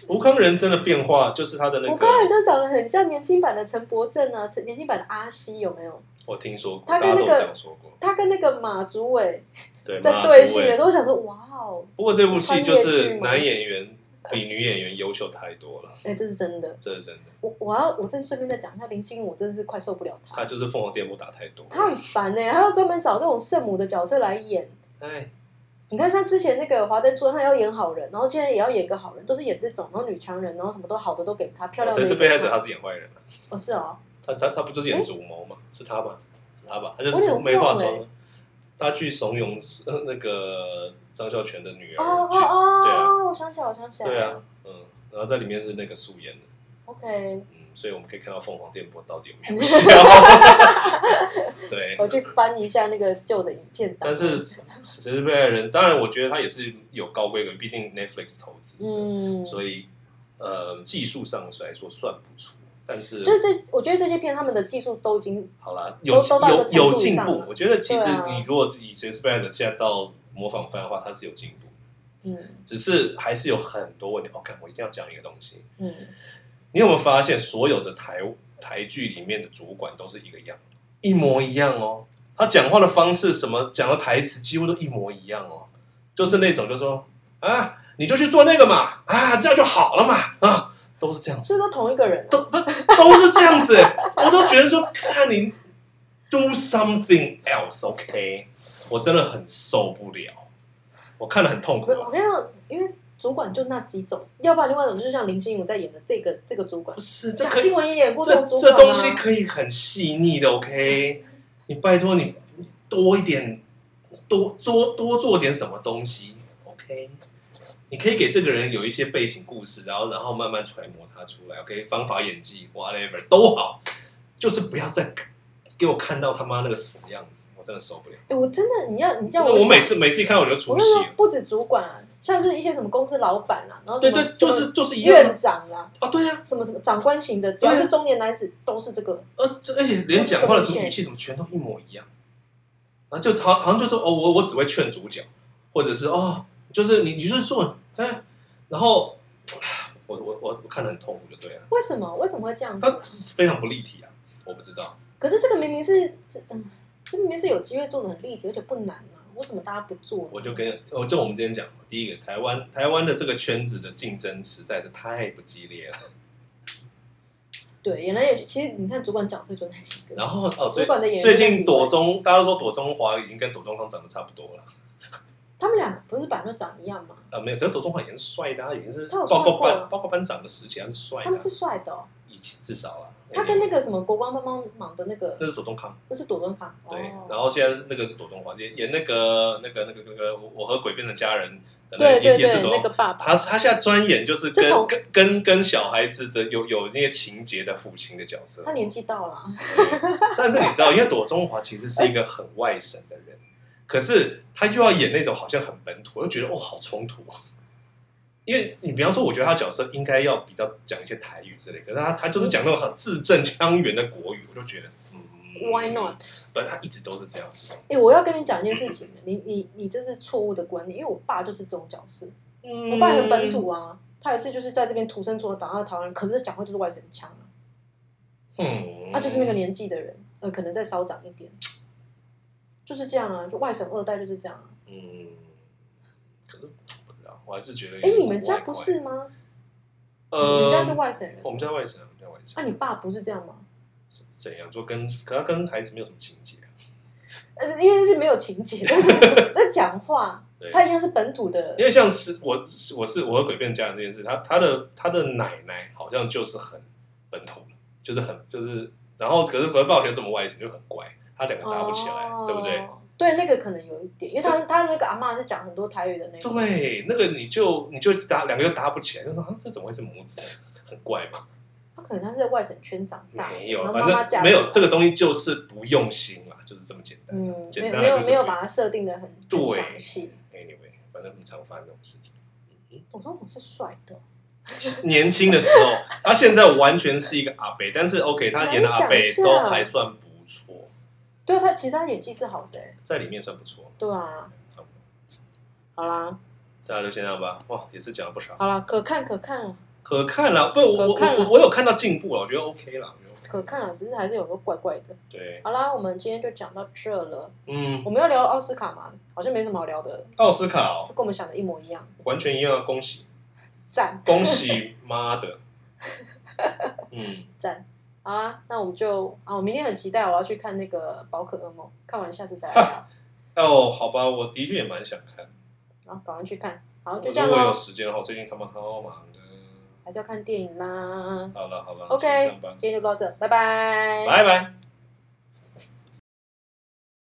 Speaker 1: 吴康仁真的变化就是他的那
Speaker 2: 吴康仁
Speaker 1: 个，
Speaker 2: 就长得很像年轻版的陈柏正啊，陈年轻版的阿西有没有？
Speaker 1: 我听说过，
Speaker 2: 他
Speaker 1: 大家
Speaker 2: 跟那
Speaker 1: 都
Speaker 2: 个
Speaker 1: 这样说过，
Speaker 2: 他跟那个马祖伟
Speaker 1: 对，
Speaker 2: 在
Speaker 1: 马
Speaker 2: 对
Speaker 1: 祖
Speaker 2: 戏
Speaker 1: 伟
Speaker 2: 的时候，我想说哇哦，
Speaker 1: 不过这部戏就
Speaker 2: 穿越
Speaker 1: 是
Speaker 2: 剧吗
Speaker 1: 男演员比女演员优秀太多了，
Speaker 2: 哎、这是真的。
Speaker 1: 这是真的。
Speaker 2: 我我要我真顺便再讲一下林心如，我真的是快受不了她，
Speaker 1: 他就是凤凰电波打太多了，
Speaker 2: 她很烦呢、她要专门找这种圣母的角色来演。
Speaker 1: 哎，
Speaker 2: 你看她之前那个华灯初上，她要演好人，然后现在也要演个好人，都是演这种，然后女强人，然后什么都好的都给她，漂亮的
Speaker 1: 谁
Speaker 2: 也
Speaker 1: 是
Speaker 2: 给
Speaker 1: 被害者？他是演坏人啊
Speaker 2: 哦，是哦，
Speaker 1: 他他他不就是演
Speaker 2: 哎
Speaker 1: 主谋吗？是他吧？是他吧？他就
Speaker 2: 我有
Speaker 1: 是
Speaker 2: 点
Speaker 1: 没化
Speaker 2: 忘了欸
Speaker 1: 妆，啊他去怂恿呃那个张孝全的女
Speaker 2: 哦
Speaker 1: 儿
Speaker 2: 哦
Speaker 1: 去，
Speaker 2: 哦，
Speaker 1: 对啊
Speaker 2: 我想起来，我想起来，
Speaker 1: 对啊，嗯，然后在里面是那个素颜的，
Speaker 2: ，OK，
Speaker 1: 嗯，所以我们可以看到凤凰电波到底有 没有效。 对，
Speaker 2: 我去翻一下那个旧的影片档，
Speaker 1: 但是谁是被害人？当然，我觉得他也是有高规格，毕竟 Netflix 投资，，
Speaker 2: 嗯，
Speaker 1: 所以呃技术上来说算不出，但是
Speaker 2: 就是这，我觉得这些片他们的技术都已经
Speaker 1: 好啦，有
Speaker 2: 都到一个
Speaker 1: 有
Speaker 2: 程度
Speaker 1: 有进
Speaker 2: 以上
Speaker 1: 步
Speaker 2: 了，
Speaker 1: 我觉得其实
Speaker 2: 对啊
Speaker 1: 你如果以 j a s p e r 的现在到模仿犯的话，它是有进步，
Speaker 2: 嗯
Speaker 1: 只是还是有很多问题。哦，看我一定要讲一个东西，
Speaker 2: 嗯，
Speaker 1: 你有没有发现所有的台台剧里面的主管都是一个样，一模一样哦，他讲话的方式什么讲的台词几乎都一模一样哦，就是那种就说啊，你就去做那个嘛，啊，这样就好了嘛，啊，都是这样子。
Speaker 2: 所以都同一个人啊，
Speaker 1: 都不都是这样子、我都觉得说，看你 do something else，OK，、我真的很受不了，我看得很痛苦
Speaker 2: 没有，。我跟你讲，因为主管就那几种，要不然另外一种就是像林心如在演的这个这个主管
Speaker 1: 不，是，这
Speaker 2: 贾
Speaker 1: 可以
Speaker 2: 静，雯也演过
Speaker 1: 这
Speaker 2: 种主管、
Speaker 1: 这
Speaker 2: 啊、
Speaker 1: 东西可以很细腻的，OK，你拜托你多一点，多多多做点什么东西，OK。你可以给这个人有一些背景故事，然后然后慢慢揣摩他出来，OK，方法、演技，whatever 都好，就是不要再给我看到他妈那个死样子，我真的受不了。
Speaker 2: 哎、我真的，你要你叫
Speaker 1: 因为
Speaker 2: 我
Speaker 1: 我
Speaker 2: 想
Speaker 1: 每次每次一看我就
Speaker 2: 我
Speaker 1: 出
Speaker 2: 跟
Speaker 1: 戏
Speaker 2: 你说
Speaker 1: 了，
Speaker 2: 不止主管啊，像是一些什么公司老板啊，然后
Speaker 1: 对
Speaker 2: 什么
Speaker 1: 对，就是
Speaker 2: 什
Speaker 1: 就是一
Speaker 2: 么
Speaker 1: 样
Speaker 2: 院长啦、
Speaker 1: 啊，对呀、
Speaker 2: 什么什么长官型的，只要
Speaker 1: 对啊
Speaker 2: 是中年男子都是这个，
Speaker 1: 啊，呃，这而且连讲话的什么语气什么全都一模一样，然后就好好像就是哦，我我只会劝主角，或者是哦，就是你你就是做，哎，然后我我我我看得很痛苦就对了，
Speaker 2: 为什么为什么会这样子
Speaker 1: 他
Speaker 2: 啊？
Speaker 1: 非常不立体啊，我不知道，
Speaker 2: 可是这个明明是，是嗯，这明明是有机会做的很立体，而且不难啊，为什么大家不做呢？
Speaker 1: 我就跟我就我们今天讲，第一个台湾台湾的这个圈子的竞争实在是太不激烈了，
Speaker 2: 对，演来演去，其实你看主管角色就那几个，
Speaker 1: 然后哦
Speaker 2: 主
Speaker 1: 对
Speaker 2: 管的演，员
Speaker 1: 最
Speaker 2: 那几
Speaker 1: 近
Speaker 2: 位
Speaker 1: 朵中大家都说朵中华已经跟朵中康长得差不多了。
Speaker 2: 他们两个不是本来就长一样吗？
Speaker 1: 呃，没有，可是左中华以前是帅的、啊，以前是
Speaker 2: 他有
Speaker 1: 报
Speaker 2: 帅
Speaker 1: 告
Speaker 2: 过
Speaker 1: 班
Speaker 2: 啊
Speaker 1: 报告班长的时期，他是帅
Speaker 2: 他
Speaker 1: 的、
Speaker 2: 们
Speaker 1: 啊
Speaker 2: 是，帅的哦、
Speaker 1: 以前至少啦。
Speaker 2: 他跟那个什么国光帮帮忙的那个，
Speaker 1: 那是左中康，
Speaker 2: 那是朵朵卡。
Speaker 1: 对，
Speaker 2: 哦、
Speaker 1: 然后现在是那个是左中华演演那个那个那个那个我我和鬼变成家人的那
Speaker 2: 对
Speaker 1: 个
Speaker 2: 对
Speaker 1: 也也是
Speaker 2: 对，
Speaker 1: 左
Speaker 2: 那
Speaker 1: 中
Speaker 2: 个
Speaker 1: 康。
Speaker 2: 爸爸，
Speaker 1: 他他现在专演就是
Speaker 2: 这
Speaker 1: 跟
Speaker 2: 种
Speaker 1: 跟跟跟小孩子的有有那些情节的父亲的角色
Speaker 2: 他，年纪到了啊，
Speaker 1: 对但是你知道，因为左中华其实是一个很外省的人，可是他又要演那种好像很本土，我就觉得哦，好冲突哦。因为你比方说，我觉得他角色应该要比较讲一些台语之类，可是他他就是讲那种很字正腔圆的国语，我就觉得嗯
Speaker 2: Why not？
Speaker 1: 不是，他一直都是这样子。
Speaker 2: 哎、我要跟你讲一件事情，啊你你你这是错误的观念，因为我爸就是这种角色，
Speaker 1: 嗯
Speaker 2: 我爸也很本，土啊，他也是就是在这边土生土长大的台湾人，可是讲话就是外省腔啊，
Speaker 1: 嗯，
Speaker 2: 他啊就是那个年纪的人，呃，可能再稍长一点，就是这样啊，就外省二代就是这样啊。
Speaker 1: 嗯，可是不知道，我还是觉得有
Speaker 2: 哎、
Speaker 1: 点
Speaker 2: 你们家不
Speaker 1: 怪
Speaker 2: 是吗？
Speaker 1: 怪？
Speaker 2: 你
Speaker 1: 呃
Speaker 2: 们，家是外省人，
Speaker 1: 我们家外省，我们家外省
Speaker 2: 那、你爸不是这样吗？
Speaker 1: 是怎样？就跟可他跟孩子没有什么情节啊，
Speaker 2: 呃，因为是没有情节，但是在讲话，
Speaker 1: 对。
Speaker 2: 他一样是本土的
Speaker 1: 因为像是我，我是我和鬼变家人这件事，他他的他的奶奶好像就是很本土的，就是很就是，然后可是可是暴雪这么外省就很怪，他两个搭不起来，
Speaker 2: 哦
Speaker 1: 对不对？？
Speaker 2: 对，那个可能有一点，因为他他那个阿嬷是讲很多台语的那种，
Speaker 1: 对，那个你就你就搭两个就搭不起来，就说啊，这怎么会是母子？很怪嘛？
Speaker 2: 他可能他是在外省圈长大，
Speaker 1: 没有，啊
Speaker 2: 然后
Speaker 1: 反
Speaker 2: 妈妈
Speaker 1: 正
Speaker 2: 嫁
Speaker 1: 没有这
Speaker 2: 个，
Speaker 1: 个东西就是不用心啦，就是这么简单。
Speaker 2: 嗯，没
Speaker 1: 简
Speaker 2: 有
Speaker 1: 单
Speaker 2: 没
Speaker 1: 来
Speaker 2: 有
Speaker 1: 就是
Speaker 2: 没有
Speaker 1: 不一样
Speaker 2: 把它设定的很
Speaker 1: 对
Speaker 2: 很详细。
Speaker 1: Anyway，反正很常发生这种事情。
Speaker 2: 我说我是帅的，
Speaker 1: 年轻的时候，他现在完全是一个阿北，但是 OK，他演的阿北
Speaker 2: 难以想象
Speaker 1: 都还算不错，
Speaker 2: 对啊他其实他演技是好的、欸
Speaker 1: 在里面算不错。
Speaker 2: 对啊。好啦，
Speaker 1: 大家就先这样吧。哇，也是讲了不少，
Speaker 2: 好啦，可看可看了，
Speaker 1: 可看了。不，我我
Speaker 2: 可看
Speaker 1: 我
Speaker 2: 了
Speaker 1: 我有看到进步了，我觉得 OK 了。我觉得 OK
Speaker 2: 可看了，只是还是有个怪怪的。
Speaker 1: 对，
Speaker 2: 好啦，我们今天就讲到这了。
Speaker 1: 嗯，
Speaker 2: 我们要聊奥斯卡吗？好像没什么好聊的，
Speaker 1: 奥斯卡、哦、
Speaker 2: 就跟我们想的一模一样。
Speaker 1: 完全一样，恭喜。
Speaker 2: 赞
Speaker 1: 恭喜妈的，嗯，
Speaker 2: 赞。好啊，那我们就啊，我明天很期待，我要去看那个《宝可噩梦》，看完下次再来聊。
Speaker 1: 哦，好吧，我的确也蛮想看。
Speaker 2: 然后赶快去看，好，
Speaker 1: 我
Speaker 2: 就
Speaker 1: 如
Speaker 2: 这样
Speaker 1: 果有
Speaker 2: 喽，
Speaker 1: 时间的话，我最近常常超忙的。
Speaker 2: 还是要看电影啦。
Speaker 1: 好了好了
Speaker 2: OK，
Speaker 1: 先上班，
Speaker 2: 今天就到这，拜拜，
Speaker 1: 拜拜。